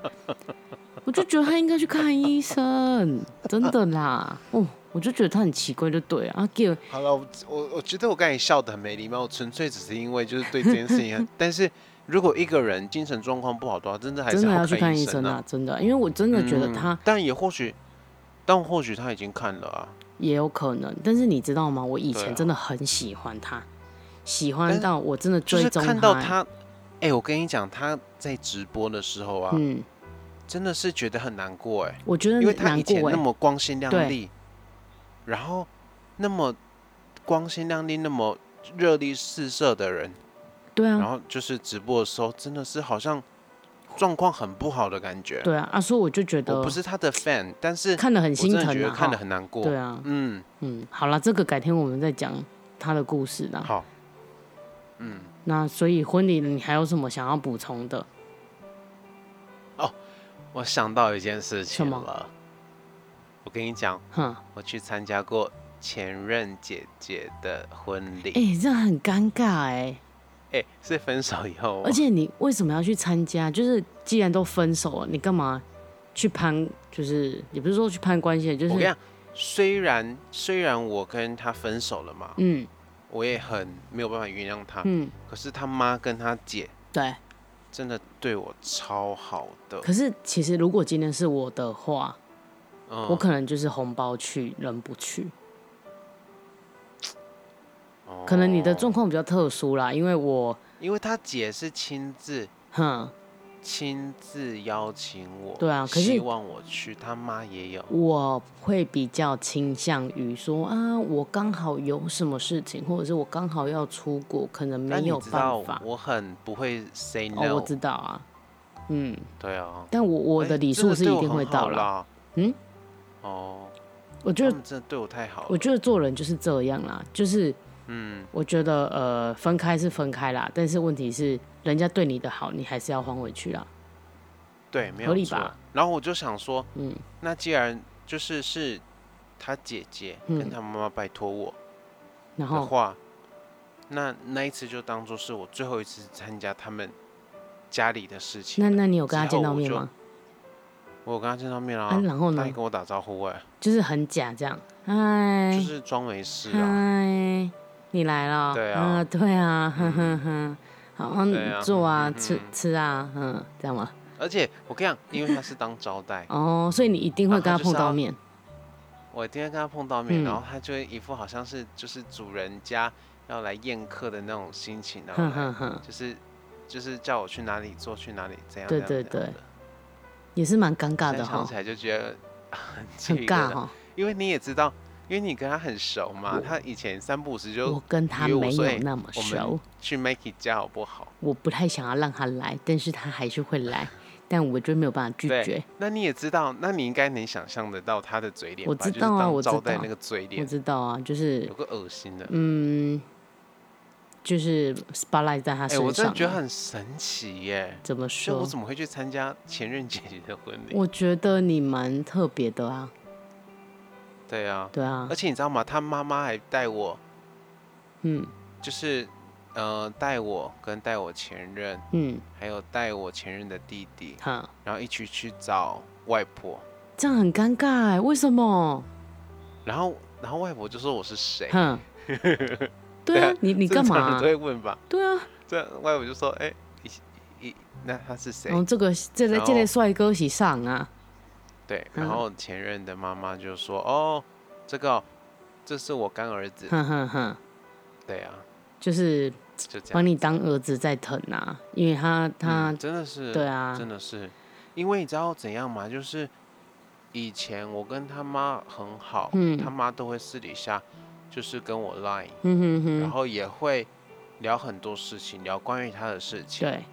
[SPEAKER 2] 我就觉得他应该去看 医生，真的啦，哦，我就觉得他很奇怪，就对啊，啊叫
[SPEAKER 3] 好了，我我我觉得我刚才笑得很没礼貌，纯粹只是因为就是对这件事 情很。但是如果一个人精神状况不好的话，真的还是
[SPEAKER 2] 真的
[SPEAKER 3] 要
[SPEAKER 2] 要去看医生
[SPEAKER 3] 生
[SPEAKER 2] 啊，真的，因为我真的觉得他
[SPEAKER 1] 嗯但也或许，但或许他已经看了啊。
[SPEAKER 2] 也有可能，但是你知道吗？我以
[SPEAKER 1] 对
[SPEAKER 2] 前
[SPEAKER 1] 啊
[SPEAKER 2] 真的很喜欢他，喜
[SPEAKER 1] 但
[SPEAKER 2] 欢
[SPEAKER 1] 是
[SPEAKER 2] 到我真的
[SPEAKER 1] 就
[SPEAKER 2] 追
[SPEAKER 1] 是
[SPEAKER 2] 踪
[SPEAKER 1] 看到
[SPEAKER 2] 欸，
[SPEAKER 1] 他，哎、我跟你讲，他在直播的时候啊，
[SPEAKER 2] 嗯，
[SPEAKER 1] 真的是觉得很难过哎、
[SPEAKER 2] 我觉得
[SPEAKER 1] 因为他
[SPEAKER 2] 难
[SPEAKER 1] 以前
[SPEAKER 2] 过
[SPEAKER 1] 那
[SPEAKER 2] 哎，
[SPEAKER 1] 么光鲜亮
[SPEAKER 2] 对
[SPEAKER 1] 丽，然后那么光鲜亮丽、那么热力四射的人，
[SPEAKER 2] 对
[SPEAKER 1] 然
[SPEAKER 2] 啊，
[SPEAKER 1] 后就是直播的时候，真的是好像状况很不好的感觉。
[SPEAKER 2] 对啊，啊，所以我就觉
[SPEAKER 1] 我
[SPEAKER 2] 得
[SPEAKER 1] 不是他的 fan，但是
[SPEAKER 2] 看得很
[SPEAKER 1] 我
[SPEAKER 2] 心
[SPEAKER 1] 真的
[SPEAKER 2] 疼
[SPEAKER 1] 觉得
[SPEAKER 2] 啊，
[SPEAKER 1] 看得
[SPEAKER 2] 哈
[SPEAKER 1] 很难过。
[SPEAKER 2] 对啊，
[SPEAKER 1] 嗯，
[SPEAKER 2] 嗯，好了，这个改天我们再讲他的故事啦。
[SPEAKER 3] 好，
[SPEAKER 2] 嗯，那所以婚礼你还有什么想要补充的？
[SPEAKER 1] 我想到一件事情
[SPEAKER 2] 么
[SPEAKER 1] 了，我跟你讲，
[SPEAKER 2] 哼，
[SPEAKER 1] 我去参加过前任姐姐的婚礼，
[SPEAKER 2] 哎、这很尴尬哎、
[SPEAKER 1] 哎、是分手以后哦，
[SPEAKER 2] 而且你为什么要去参加？就是既然都分手了，你干嘛去攀？就是也不是说去攀关系，就
[SPEAKER 1] 我跟你
[SPEAKER 2] 是
[SPEAKER 1] 讲，虽然虽然我跟他分手了嘛，
[SPEAKER 2] 嗯
[SPEAKER 1] 我也很没有办法原谅他，
[SPEAKER 2] 嗯，
[SPEAKER 1] 可是他妈跟他姐
[SPEAKER 2] 对。
[SPEAKER 1] 真的对我超好的，
[SPEAKER 2] 可是其实如果今天是我的话，
[SPEAKER 1] 嗯，
[SPEAKER 2] 我可能就是红包去，人不去。
[SPEAKER 1] 哦
[SPEAKER 2] 可能你的状况比较特殊啦，因为我，
[SPEAKER 1] 因为他姐是亲自
[SPEAKER 2] 哼，
[SPEAKER 1] 亲自邀请我，
[SPEAKER 2] 对啊可是
[SPEAKER 1] 希望我去，他妈也有，
[SPEAKER 2] 我会比较倾向于说啊，我刚好有什么事情，或者是我刚好要出国，可能没
[SPEAKER 1] 但你
[SPEAKER 2] 有
[SPEAKER 1] 知道
[SPEAKER 2] 办法。
[SPEAKER 1] 我很不会 say
[SPEAKER 2] 哦，
[SPEAKER 1] no，、
[SPEAKER 2] 我知道啊，嗯，
[SPEAKER 1] 对啊，
[SPEAKER 2] 但我我
[SPEAKER 1] 哎
[SPEAKER 2] 的礼
[SPEAKER 1] 真
[SPEAKER 2] 数是
[SPEAKER 1] 对
[SPEAKER 2] 一
[SPEAKER 1] 我
[SPEAKER 2] 定
[SPEAKER 1] 很
[SPEAKER 2] 会
[SPEAKER 1] 好
[SPEAKER 2] 到啦。
[SPEAKER 1] 啦，
[SPEAKER 2] 嗯，
[SPEAKER 1] 哦，
[SPEAKER 2] 我
[SPEAKER 1] 他
[SPEAKER 2] 觉得，
[SPEAKER 1] 们真的对我太好了，
[SPEAKER 2] 我觉得做人就是这样啦，就是
[SPEAKER 1] 嗯，
[SPEAKER 2] 我觉得呃，分开是分开啦，但是问题是，人家对你的好，你还是要还回去啦。
[SPEAKER 1] 对，没有
[SPEAKER 2] 合理
[SPEAKER 1] 错
[SPEAKER 2] 吧？
[SPEAKER 1] 然后我就想说，
[SPEAKER 2] 嗯，
[SPEAKER 1] 那既然就是是他姐姐
[SPEAKER 2] 嗯
[SPEAKER 1] 跟他妈妈拜托我
[SPEAKER 2] 然
[SPEAKER 1] 的
[SPEAKER 2] 后
[SPEAKER 1] 话，那那一次就当做是我最后一次参加他们家里的事情
[SPEAKER 2] 那
[SPEAKER 1] 了。
[SPEAKER 2] 那你有跟他见到面
[SPEAKER 1] 之后
[SPEAKER 2] 吗？
[SPEAKER 1] 我跟他见到面啦、
[SPEAKER 2] 啊，然后
[SPEAKER 1] 他
[SPEAKER 2] 呢
[SPEAKER 1] 也，跟我打招呼哎、
[SPEAKER 2] 就是很假这样，嗨
[SPEAKER 1] 就，是装没事
[SPEAKER 2] 嗯
[SPEAKER 1] 啊。
[SPEAKER 2] 嗨，你来了，
[SPEAKER 1] 对啊
[SPEAKER 2] 嗯对啊，哼哼哼，好，
[SPEAKER 1] 对啊
[SPEAKER 2] 嗯做啊
[SPEAKER 1] 嗯，嗯
[SPEAKER 2] 吃
[SPEAKER 1] 嗯
[SPEAKER 2] 吃啊，嗯，这样吗？，
[SPEAKER 1] 而且我跟你讲，因为他是当招待
[SPEAKER 2] 哦，所以你一定会
[SPEAKER 1] 然后
[SPEAKER 2] 跟他
[SPEAKER 1] 就是
[SPEAKER 2] 碰到
[SPEAKER 1] 要
[SPEAKER 2] 面，
[SPEAKER 1] 我今天跟他碰到面，
[SPEAKER 2] 嗯
[SPEAKER 1] 然后他就会一副好像是就是主人家要来宴客的那种心情，然后
[SPEAKER 2] 哼
[SPEAKER 1] 来
[SPEAKER 2] 哼哼，
[SPEAKER 1] 就是就是叫我去哪里坐去哪里，怎样
[SPEAKER 2] 对
[SPEAKER 1] 怎样
[SPEAKER 2] 对
[SPEAKER 1] 怎样
[SPEAKER 2] 对
[SPEAKER 1] 的。
[SPEAKER 2] 也是蛮尴尬
[SPEAKER 1] 现在
[SPEAKER 2] 的
[SPEAKER 1] 想
[SPEAKER 2] 哈
[SPEAKER 1] 起，来就觉得很
[SPEAKER 2] 很
[SPEAKER 1] 气
[SPEAKER 2] 尬
[SPEAKER 1] 人
[SPEAKER 2] 哈。
[SPEAKER 1] 因为你也知道，因为你跟他很熟嘛，他以前三不五时就
[SPEAKER 2] 我跟他
[SPEAKER 1] 约我
[SPEAKER 2] 没
[SPEAKER 1] 说
[SPEAKER 2] 有
[SPEAKER 1] 哎
[SPEAKER 2] 那么
[SPEAKER 1] 我们
[SPEAKER 2] 熟，
[SPEAKER 1] 去 Mikey 家好不好？
[SPEAKER 2] 我不太想要让他来，但是他还是会来，但我就没有办法拒
[SPEAKER 1] 对
[SPEAKER 2] 绝。
[SPEAKER 1] 那你也知道，那你应该能想象得到他的嘴脸吧，
[SPEAKER 2] 我知道啊
[SPEAKER 1] 就
[SPEAKER 2] 我
[SPEAKER 1] 是
[SPEAKER 2] 知
[SPEAKER 1] 当招待
[SPEAKER 2] 道
[SPEAKER 1] 那个嘴
[SPEAKER 2] 我
[SPEAKER 1] 脸，
[SPEAKER 2] 知道啊，就是
[SPEAKER 1] 有个恶心的。
[SPEAKER 2] 嗯，就是 spotlight 在他
[SPEAKER 1] 哎、
[SPEAKER 2] 身上啊、
[SPEAKER 1] 我真的觉得很神奇耶！
[SPEAKER 2] 怎么
[SPEAKER 1] 就
[SPEAKER 2] 说？
[SPEAKER 1] 我怎么会去参加前任姐姐的婚礼？
[SPEAKER 2] 我觉得你蛮特别的啊，
[SPEAKER 1] 对啊，
[SPEAKER 2] 对啊
[SPEAKER 1] 而，且你知道吗？他妈妈还带我，
[SPEAKER 2] 嗯
[SPEAKER 1] 就是呃，带我跟带我前任，
[SPEAKER 2] 嗯，
[SPEAKER 1] 还有带我前任的弟弟，
[SPEAKER 2] 好，
[SPEAKER 1] 然后一起去找外婆。
[SPEAKER 2] 这样很尴尬、欸，为什么？
[SPEAKER 1] 然后，然后外婆就说我是谁？
[SPEAKER 2] 哼，对啊
[SPEAKER 1] 对啊，
[SPEAKER 2] 你你
[SPEAKER 1] 正
[SPEAKER 2] 干嘛
[SPEAKER 1] 常人
[SPEAKER 2] 啊、
[SPEAKER 1] 都会问吧？
[SPEAKER 2] 对啊，
[SPEAKER 1] 这外婆就说：“哎、一一那他是谁
[SPEAKER 2] 然哦后？”这个这类
[SPEAKER 1] 然
[SPEAKER 2] 这类
[SPEAKER 1] 后
[SPEAKER 2] 帅哥喜上啊，
[SPEAKER 1] 对，
[SPEAKER 2] 嗯
[SPEAKER 1] 然后前任的妈妈就说：“哦，这个哦这是我干儿子。
[SPEAKER 2] 哼哼哼，”
[SPEAKER 1] 对啊，
[SPEAKER 2] 就是
[SPEAKER 1] 就这
[SPEAKER 2] 把
[SPEAKER 1] 样。
[SPEAKER 2] 你当儿子在疼啊，因为他他
[SPEAKER 1] 嗯、真的是，
[SPEAKER 2] 对啊
[SPEAKER 1] 真的是，因为你知道怎样吗？就是以前我跟他妈很好，
[SPEAKER 2] 嗯
[SPEAKER 1] 他妈都会私底下就是跟我 line，、
[SPEAKER 2] 嗯哼
[SPEAKER 1] 然
[SPEAKER 2] 哼，
[SPEAKER 1] 后也会聊很多事情，聊关于他的事情。
[SPEAKER 2] 对，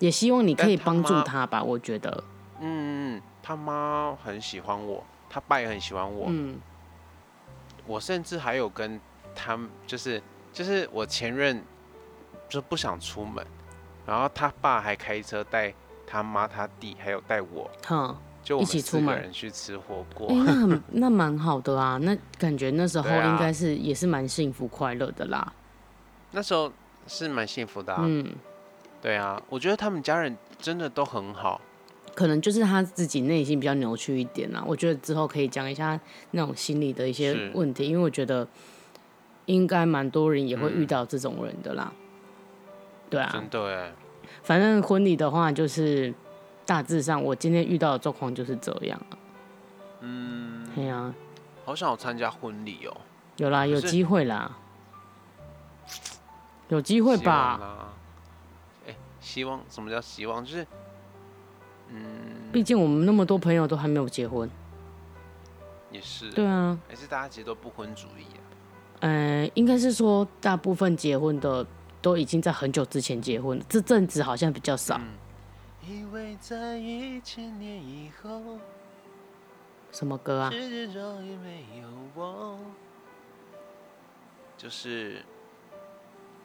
[SPEAKER 2] 也希望你可
[SPEAKER 1] 但
[SPEAKER 2] 以
[SPEAKER 1] 他
[SPEAKER 2] 帮助
[SPEAKER 1] 妈
[SPEAKER 2] 他吧，我觉得，
[SPEAKER 1] 嗯，他妈很喜欢我，他爸也很喜欢我，
[SPEAKER 2] 嗯
[SPEAKER 1] 我甚至还有跟他们，就是就是我前任就不想出门，然后他爸还开车带他妈、他弟还有带我，
[SPEAKER 2] 哼。
[SPEAKER 1] 就我
[SPEAKER 2] 一
[SPEAKER 1] 们
[SPEAKER 2] 起
[SPEAKER 1] 四
[SPEAKER 2] 出
[SPEAKER 1] 个
[SPEAKER 2] 门
[SPEAKER 1] 人去吃火锅
[SPEAKER 2] 哎、。那很那蛮好的啊，那感觉那时候
[SPEAKER 1] 对啊
[SPEAKER 2] 应该是、也是蛮幸福快乐的啦。
[SPEAKER 1] 那时候是蛮幸福的、啊，
[SPEAKER 2] 嗯，
[SPEAKER 1] 对啊，我觉得他们家人真的都很好，
[SPEAKER 2] 可能就是他自己内心比较扭曲一点啊啦。我觉得之后可以讲一下那种心理的一些
[SPEAKER 1] 是
[SPEAKER 2] 问题，因为我觉得应该蛮多人也会遇到这种人的啦。对啊
[SPEAKER 1] 嗯真，的哎，
[SPEAKER 2] 反正婚礼的话，就是大致上我今天遇到的状况就是这样啊。嗯，对啊，
[SPEAKER 1] 好想参加婚礼哦，
[SPEAKER 2] 有啦，有
[SPEAKER 1] 是
[SPEAKER 2] 机会啦，有机
[SPEAKER 1] 希
[SPEAKER 2] 会
[SPEAKER 1] 望
[SPEAKER 2] 吧？
[SPEAKER 1] 啦？哎、希望什么叫希望？就是嗯，
[SPEAKER 2] 毕竟我们那么多朋友都还没有结婚。
[SPEAKER 1] 也是，
[SPEAKER 2] 对啊，
[SPEAKER 1] 还是大家其实都不婚主义啊？
[SPEAKER 2] 嗯，应该是说大部分结婚的都已经在很久之前结婚了，这阵子好像比较少。
[SPEAKER 1] 嗯以为在一千年以后，
[SPEAKER 2] 什么歌啊？
[SPEAKER 1] 世界终于没有我。就是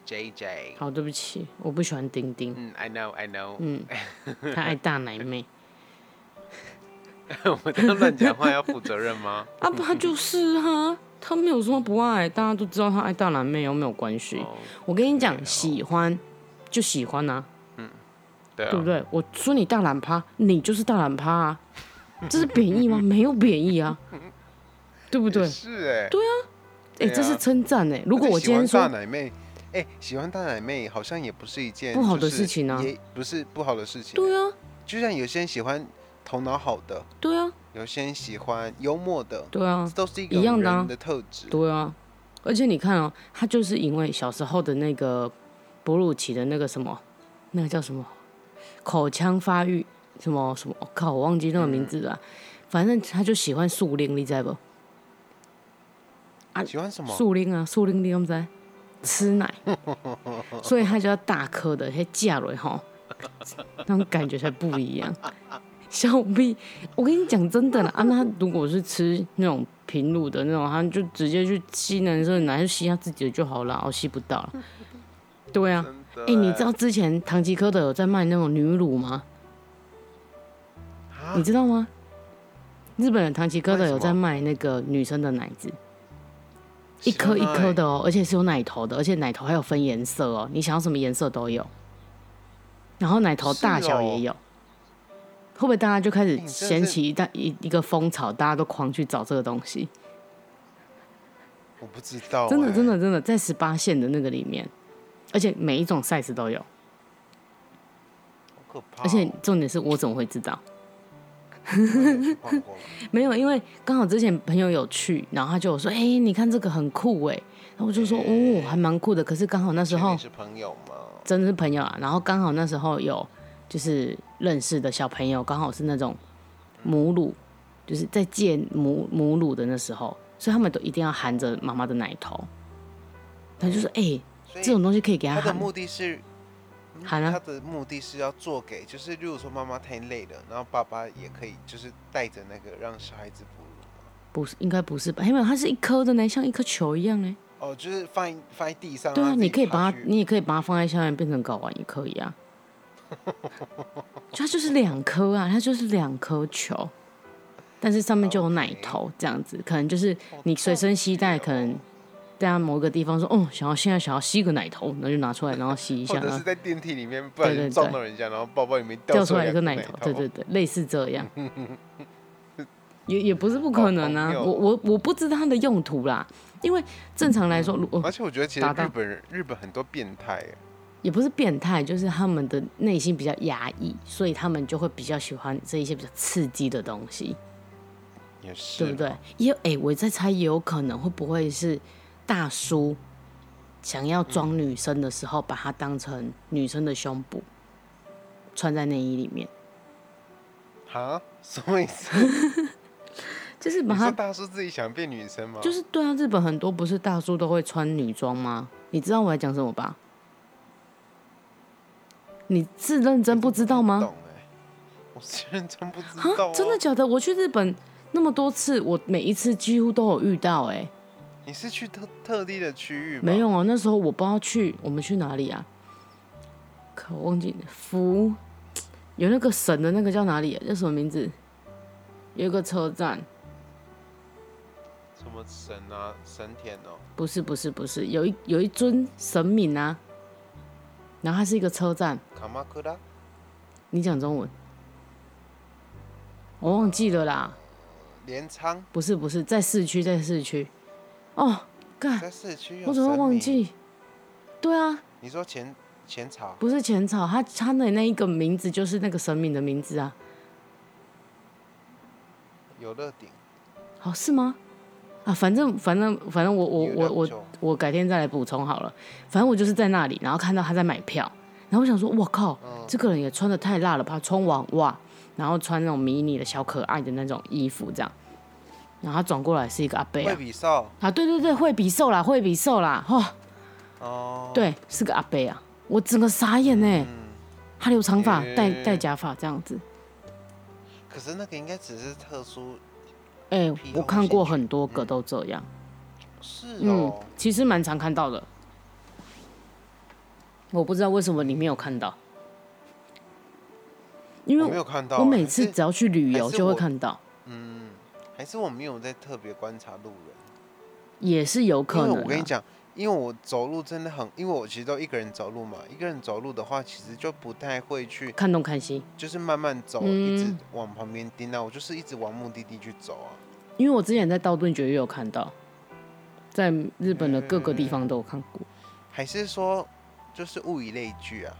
[SPEAKER 1] J J，
[SPEAKER 2] 好，对不起，我不喜欢 丁丁，
[SPEAKER 1] 嗯，I know I know，、
[SPEAKER 2] 嗯，他爱大奶妹
[SPEAKER 1] 我这样乱讲话要负责任吗？
[SPEAKER 2] 啊，不，他就是啊，他没有说不爱，大家都知道他爱大奶妹又没有关系。
[SPEAKER 1] 哦，
[SPEAKER 2] 我跟你
[SPEAKER 1] 对
[SPEAKER 2] 讲，
[SPEAKER 1] 哦
[SPEAKER 2] 喜欢就喜欢啊，
[SPEAKER 1] 对啊，
[SPEAKER 2] 对不对？我说你大懒趴，你就是大懒趴 啊，这是贬义吗？没有贬义啊，对不对
[SPEAKER 1] 也？是哎、对，
[SPEAKER 2] 哎、
[SPEAKER 1] 对
[SPEAKER 2] 这是
[SPEAKER 1] 啊
[SPEAKER 2] 称赞哎。如果我今天
[SPEAKER 1] 喜
[SPEAKER 2] 说
[SPEAKER 1] 欢大奶妹，哎、喜欢大奶妹好像也不是一件
[SPEAKER 2] 不好的
[SPEAKER 1] 就是
[SPEAKER 2] 事情啊
[SPEAKER 1] 也不是不好的事情。
[SPEAKER 2] 对，啊，
[SPEAKER 1] 就像有些人喜欢头脑好的，
[SPEAKER 2] 对啊，
[SPEAKER 1] 有些人喜欢幽默的，
[SPEAKER 2] 对啊
[SPEAKER 1] 这，都是一
[SPEAKER 2] 一
[SPEAKER 1] 个
[SPEAKER 2] 样的啊
[SPEAKER 1] 人的特质。
[SPEAKER 2] 对啊，而且你看哦，他就是因为小时候的那个哺乳期的那个什么，那个叫什么口腔发育什么什么，我、靠，我忘记那个名字了啊、反正他就喜欢树林，你知不？
[SPEAKER 1] 喜欢什么？
[SPEAKER 2] 树林啊，树林你敢知？吃 奶，所以他就要大颗的，迄嫁落吼，那种感觉才不一样。小屁，我跟你讲真的啦，啊，那如果是吃那种平乳的那种，他就直接去吸男生的奶，就吸他自己的就好了，我哦吸不到了。对啊，
[SPEAKER 1] 真的
[SPEAKER 2] 哎、你知
[SPEAKER 1] 欸
[SPEAKER 2] 道之前唐吉诃德有在卖那种女乳吗？
[SPEAKER 1] 啊
[SPEAKER 2] 你知道吗？日本的唐吉诃
[SPEAKER 1] 卖
[SPEAKER 2] 德
[SPEAKER 1] 什
[SPEAKER 2] 有在
[SPEAKER 1] 么
[SPEAKER 2] 卖那个女生的奶子，一颗一颗的哦，
[SPEAKER 1] 欸
[SPEAKER 2] 而且是有奶头的，而且奶头还有分颜色哦，你想要什么颜色都有。然后奶头大小也有，会不会大家就开始
[SPEAKER 1] 哦欸你真的
[SPEAKER 2] 掀
[SPEAKER 1] 是
[SPEAKER 2] 起一大一一个风潮，大家都狂去找这个东西？
[SPEAKER 1] 我不知道、
[SPEAKER 2] 真的
[SPEAKER 1] 欸
[SPEAKER 2] 真的真的，在十八线的那个里面，而且每一种 size 都有，
[SPEAKER 1] 哦好可怕哦、
[SPEAKER 2] 而且重点是我怎么会知道？
[SPEAKER 1] 我有去逛 过吗
[SPEAKER 2] 没有，因为刚好之前朋友有去，然后他就有说：“哎、你看这个很酷哎。”然后我就说：“
[SPEAKER 1] 欸
[SPEAKER 2] 哦，还蛮酷的。”可是刚好那时
[SPEAKER 1] 确
[SPEAKER 2] 候
[SPEAKER 1] 定是朋友吗？
[SPEAKER 2] 真的是朋友啊，然后刚好那时候有就是认识的小朋友，刚好是那种母乳，就是在戒母母乳的那时候，所以他们都一定要含着妈妈的奶头。他就说：“哎、
[SPEAKER 1] 所以
[SPEAKER 2] 这种东西可以给他
[SPEAKER 1] 他的
[SPEAKER 2] 含。
[SPEAKER 1] 目的是，嗯
[SPEAKER 2] 喊啊
[SPEAKER 1] 他的目的是要做给，就是例如说妈妈太累了，然后爸爸也可以就是带着那个让小孩子哺乳吗。”
[SPEAKER 2] 不是，应该不是吧？哎没有，它是一颗的呢，像一颗球一样呢。
[SPEAKER 1] 哦，就是放一放在地上，
[SPEAKER 2] 对啊，
[SPEAKER 1] 让自己
[SPEAKER 2] 你可以把
[SPEAKER 1] 爬
[SPEAKER 2] 它，
[SPEAKER 1] 去
[SPEAKER 2] 你也可以把它放在下面变成睾丸也可以啊。就它就是两颗啊，它就是两颗球，但是上面就有奶头这样子，可能就是
[SPEAKER 1] 哦
[SPEAKER 2] 你随身携带，可能在它某个地方说，哦，想要现在想要吸个奶头，那就拿出来，然后吸一
[SPEAKER 1] 或
[SPEAKER 2] 下，
[SPEAKER 1] 者
[SPEAKER 2] 然
[SPEAKER 1] 是
[SPEAKER 2] 后
[SPEAKER 1] 在电梯里面不小
[SPEAKER 2] 对对
[SPEAKER 1] 心
[SPEAKER 2] 对
[SPEAKER 1] 撞到人家，然后包包里面
[SPEAKER 2] 掉
[SPEAKER 1] 出
[SPEAKER 2] 出来一
[SPEAKER 1] 两个
[SPEAKER 2] 个奶
[SPEAKER 1] 头
[SPEAKER 2] 头，，对对对，类似 这样，也也不是不
[SPEAKER 1] 好
[SPEAKER 2] 可能啊
[SPEAKER 1] 荒。谬
[SPEAKER 2] 我我我不知道它的用途啦，因为正常来说，如呃果
[SPEAKER 1] 而且我觉得其实
[SPEAKER 2] 达到
[SPEAKER 1] 日本人日本很多变态耶，
[SPEAKER 2] 也不是变态，就是他们的内心比较压抑，所以他们就会比较喜欢这一些比较刺激的东西，
[SPEAKER 1] 也是
[SPEAKER 2] 对不对？也有哎、我在猜，也有可能会不会是大叔想要装女生的时候，把它当成女生的胸部穿在内衣里面，
[SPEAKER 1] 哈， 什么意 思？
[SPEAKER 2] 就是把
[SPEAKER 1] 你说
[SPEAKER 2] 它
[SPEAKER 1] 大叔自己想变女生吗？
[SPEAKER 2] 就是对啊，日本很多不是大叔都会穿女装吗？你知道我在讲什么吧？你是认真不知道吗？
[SPEAKER 1] 懂哎，我是认真不知道
[SPEAKER 2] 啊
[SPEAKER 1] 啊，
[SPEAKER 2] 真的假的？我去日本那么多次，我每一次几乎都有遇到、欸，
[SPEAKER 1] 你是去特特地的区域吗
[SPEAKER 2] 没有啊，那时候我不知道去我们去哪里啊，可我忘记福有那个神的那个叫哪里、啊叫什么名字？有一个车站，
[SPEAKER 1] 什么神啊神田哦，
[SPEAKER 2] 不是不是不是，有一有一尊神明啊，然后它是一个车站，
[SPEAKER 1] 卡马克拉
[SPEAKER 2] 你讲中文，我忘记了啦，
[SPEAKER 1] 镰仓
[SPEAKER 2] 不是不是，在市区在市区，哦，干，
[SPEAKER 1] 在市区有
[SPEAKER 2] 我怎么会
[SPEAKER 1] 神
[SPEAKER 2] 忘
[SPEAKER 1] 明？
[SPEAKER 2] 记？对啊，
[SPEAKER 1] 你说浅浅草
[SPEAKER 2] 不是浅草，他他的那一个名字就是那个神明的名字啊，
[SPEAKER 1] 有乐顶，
[SPEAKER 2] 哦是吗？啊，反正反正反正我我
[SPEAKER 1] 有
[SPEAKER 2] 我
[SPEAKER 1] 乐
[SPEAKER 2] 我
[SPEAKER 1] 町
[SPEAKER 2] 我改天再来补充好了。反正我就是在那里，然后看到他在买票，然后我想说，我靠，
[SPEAKER 1] 嗯
[SPEAKER 2] 这个人也穿的太辣了吧，穿网袜，然后穿那种迷你的小可爱的那种衣服这样，然后他转过来是一个阿伯
[SPEAKER 1] 惠
[SPEAKER 2] 啊，
[SPEAKER 1] 比寿
[SPEAKER 2] 啊对对对，惠比寿啦，惠比寿啦，哦，
[SPEAKER 1] 哦，
[SPEAKER 2] 对，是个阿伯啊，我整个傻眼呢、
[SPEAKER 1] 嗯。
[SPEAKER 2] 他留长发，戴
[SPEAKER 1] 嗯
[SPEAKER 2] 戴假发这样子。
[SPEAKER 1] 可是那个应该只是特殊，
[SPEAKER 2] 哎、
[SPEAKER 1] 癖
[SPEAKER 2] 我
[SPEAKER 1] 好
[SPEAKER 2] 看
[SPEAKER 1] 兴
[SPEAKER 2] 过
[SPEAKER 1] 趣
[SPEAKER 2] 很多个都这样，
[SPEAKER 1] 是
[SPEAKER 2] 嗯
[SPEAKER 1] 哦，，
[SPEAKER 2] 其实蛮常看到的。我不知道为什么你没有看到，因
[SPEAKER 1] 我没
[SPEAKER 2] 为
[SPEAKER 1] 有看到啊。
[SPEAKER 2] 我每
[SPEAKER 1] 还
[SPEAKER 2] 次
[SPEAKER 1] 是
[SPEAKER 2] 只要去旅
[SPEAKER 1] 还
[SPEAKER 2] 游
[SPEAKER 1] 是
[SPEAKER 2] 就会
[SPEAKER 1] 我
[SPEAKER 2] 看到，
[SPEAKER 1] 嗯，还是我没有在特别观察路人，
[SPEAKER 2] 也是有可
[SPEAKER 1] 因
[SPEAKER 2] 能、
[SPEAKER 1] 为
[SPEAKER 2] 啊。
[SPEAKER 1] 我跟你讲，因为我走路真的很，因为我其实都一个人走路嘛，一个人走路的话，其实就不太会去，
[SPEAKER 2] 看东看西，
[SPEAKER 1] 就是慢慢走，
[SPEAKER 2] 嗯
[SPEAKER 1] 一直往旁边盯啊，我就是一直往目的地去走啊。
[SPEAKER 2] 因为我之前在道顿崛也有看到，在日本的各个地
[SPEAKER 1] 嗯
[SPEAKER 2] 方都有看过。
[SPEAKER 1] 还是说，就是物以类聚啊，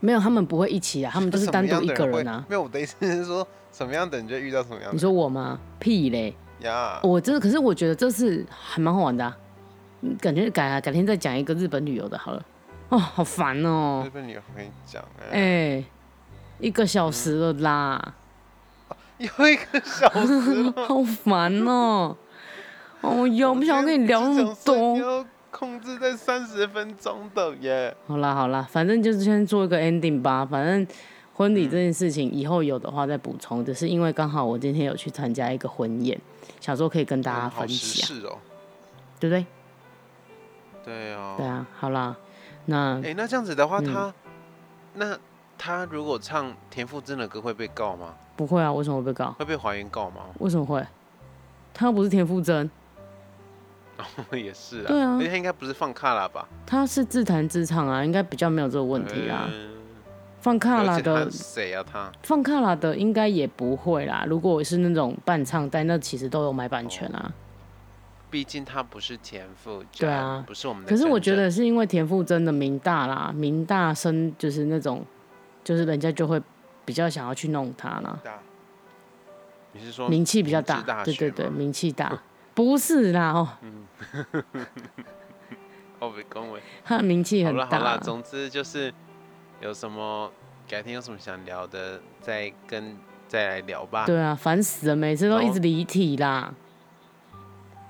[SPEAKER 2] 没有，他们不会一起啊，他们都是
[SPEAKER 1] 什么
[SPEAKER 2] 单独
[SPEAKER 1] 样
[SPEAKER 2] 一
[SPEAKER 1] 的
[SPEAKER 2] 个
[SPEAKER 1] 会
[SPEAKER 2] 人啊。
[SPEAKER 1] 没有，我的意思是说，什么样的人就遇到什么样
[SPEAKER 2] 你哦
[SPEAKER 1] 的
[SPEAKER 2] 说我吗？屁嘞！
[SPEAKER 1] 人呀。
[SPEAKER 2] 我真的，可是我觉得这次还蛮好玩的、啊，嗯感觉改啊，改天再讲一个日本旅游的好了。哦，好烦哦
[SPEAKER 1] 日、本女会讲
[SPEAKER 2] 哎、
[SPEAKER 1] 哎，
[SPEAKER 2] 一个小时了啦，
[SPEAKER 1] 有
[SPEAKER 2] 哎
[SPEAKER 1] 一个小时了
[SPEAKER 2] 好烦哦、哦哟，我不想要跟你聊那么
[SPEAKER 1] 你
[SPEAKER 2] 多。
[SPEAKER 1] 哎要控制在三十分钟的耶。
[SPEAKER 2] 好啦好啦，反正就是先做一个 ending 吧。反正婚礼这件事情以后有的话再补充，只是因为刚好我今天有去参加一个婚宴，想说可以跟大家分享，
[SPEAKER 1] 是哦。
[SPEAKER 2] 对不对？
[SPEAKER 1] 对哦。
[SPEAKER 2] 对啊，好啦，那
[SPEAKER 1] 哎、那这样子的话，
[SPEAKER 2] 嗯
[SPEAKER 1] 他那他如果唱田馥甄的歌会被告吗？
[SPEAKER 2] 不会啊，为什么会被告？
[SPEAKER 1] 会被还原告吗？
[SPEAKER 2] 为什么会？他又不是田馥甄，
[SPEAKER 1] 也是啊，
[SPEAKER 2] 对啊
[SPEAKER 1] 而且他应该不是放卡拉吧？
[SPEAKER 2] 他是自弹自唱啊，应该比较没有这个问题啦。
[SPEAKER 1] 呃
[SPEAKER 2] 放卡
[SPEAKER 1] 嗯而
[SPEAKER 2] 拉
[SPEAKER 1] 且他
[SPEAKER 2] 的
[SPEAKER 1] 谁啊他？
[SPEAKER 2] 放卡拉的应该也不会啦。如果我是那种伴唱带，那其实都有买版权啊。
[SPEAKER 1] 毕竟他不是田馥甄，
[SPEAKER 2] 对啊
[SPEAKER 1] 不是我们的。
[SPEAKER 2] 可是我觉，得是因为田馥甄的名大啦，名大声就是那种，就是人家就会比较想要去弄他啦，
[SPEAKER 1] 你是说
[SPEAKER 2] 名气比较
[SPEAKER 1] 明治
[SPEAKER 2] 大，
[SPEAKER 1] 哦大
[SPEAKER 2] 对
[SPEAKER 1] 学
[SPEAKER 2] 对
[SPEAKER 1] 吗
[SPEAKER 2] 对，名气大。不是啦，哦，
[SPEAKER 1] 哦，别恭维。
[SPEAKER 2] 他的名气
[SPEAKER 1] 好
[SPEAKER 2] 很
[SPEAKER 1] 了
[SPEAKER 2] 大
[SPEAKER 1] 好了，
[SPEAKER 2] 啊。
[SPEAKER 1] 总之就是有什么改天有什么想聊的，再跟再来聊吧。
[SPEAKER 2] 对啊，烦死了，每次都一直离题啦。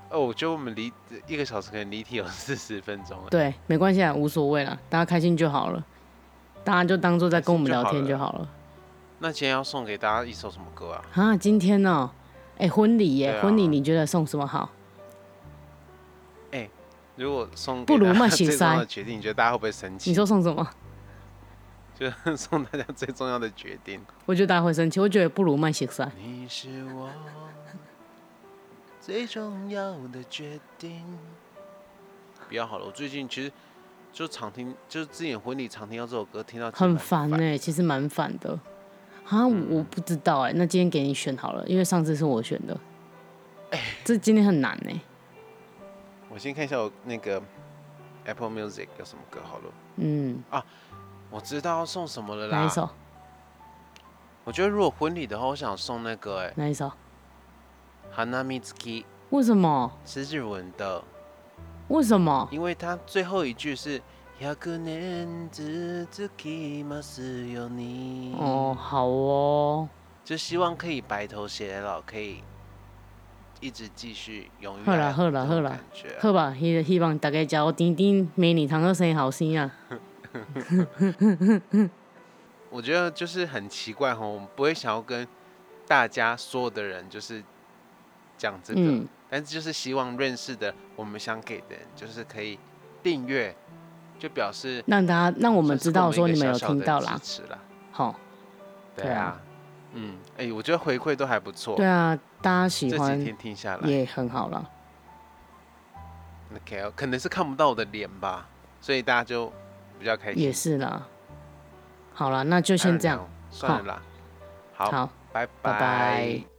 [SPEAKER 1] 哦，我觉得我们离一个小时可能离题 有四十分钟了。
[SPEAKER 2] 对，没关系啊，无所谓啦，大家开心就好了，大家就当做在跟我们聊天就好了。
[SPEAKER 1] 那今天要送给大家一首什么歌啊？
[SPEAKER 2] 啊，今天呢、哎、婚礼耶，
[SPEAKER 1] 对啊
[SPEAKER 2] 婚礼你觉得送什么好？
[SPEAKER 1] 如果送给
[SPEAKER 2] 不如
[SPEAKER 1] 大家
[SPEAKER 2] 慢
[SPEAKER 1] 最
[SPEAKER 2] 些
[SPEAKER 1] 重要
[SPEAKER 2] 塞
[SPEAKER 1] 的决定，你觉得大家会不会生气？
[SPEAKER 2] 你说送什么？
[SPEAKER 1] 就是送大家最重要的决定。
[SPEAKER 2] 我觉得大家会生气，我觉得不如慢些塞。
[SPEAKER 1] 你是我最重要的决定。比较好了，我最近其实就常听，就是之前婚礼常听到这首歌，听到其实
[SPEAKER 2] 很
[SPEAKER 1] 蛮
[SPEAKER 2] 烦哎、其实蛮烦的。啊，我我不知道哎、那今天给你选好了，因为上次是我选的。这今天很难哎、
[SPEAKER 1] 我先看一下我那个 Apple Music 有什么歌好了，
[SPEAKER 2] 嗯，
[SPEAKER 1] 我知道要送什么了
[SPEAKER 2] 哪一
[SPEAKER 1] 啦。
[SPEAKER 2] 首？
[SPEAKER 1] 我觉得如果婚礼的话，我想送那个哎、
[SPEAKER 2] 哪一首？
[SPEAKER 1] Hana Mitsuki
[SPEAKER 2] 为什么？
[SPEAKER 1] 是日文的，
[SPEAKER 2] 为什么？
[SPEAKER 1] 因为它最后一句是100年続きますように。
[SPEAKER 2] 哦，好哦，
[SPEAKER 1] 就希望可以白头偕老，可以一直继续永远。
[SPEAKER 2] 好啦好啦
[SPEAKER 1] 这种
[SPEAKER 2] 好啦
[SPEAKER 1] 感觉啊
[SPEAKER 2] 好吧，希希望大家食我甜甜，明年堂个生好心啊。
[SPEAKER 1] 我觉得就是很奇怪哈，我们不会想要跟大家所有的人就是讲这个，
[SPEAKER 2] 嗯，
[SPEAKER 1] 但是就是希望认识的，我们想给的人就是可以订阅，就表示
[SPEAKER 2] 让大家让我
[SPEAKER 1] 我
[SPEAKER 2] 们知道说你们
[SPEAKER 1] 们
[SPEAKER 2] 有听到啦
[SPEAKER 1] 支。持啦。
[SPEAKER 2] 好，
[SPEAKER 1] 对
[SPEAKER 2] 对啊
[SPEAKER 1] 啊，嗯，哎、我觉得回馈都还不错。
[SPEAKER 2] 对啊，大家喜
[SPEAKER 1] 这几
[SPEAKER 2] 欢
[SPEAKER 1] 天听下来
[SPEAKER 2] 也很好啦。
[SPEAKER 1] ，OK，可哦能是看不到我的脸吧，所以大家就比较开心。
[SPEAKER 2] 也是啦。好啦，那就先这样。
[SPEAKER 1] 当然了，算了啦。好，
[SPEAKER 2] 好，
[SPEAKER 1] 拜
[SPEAKER 2] 拜
[SPEAKER 1] 拜
[SPEAKER 2] 拜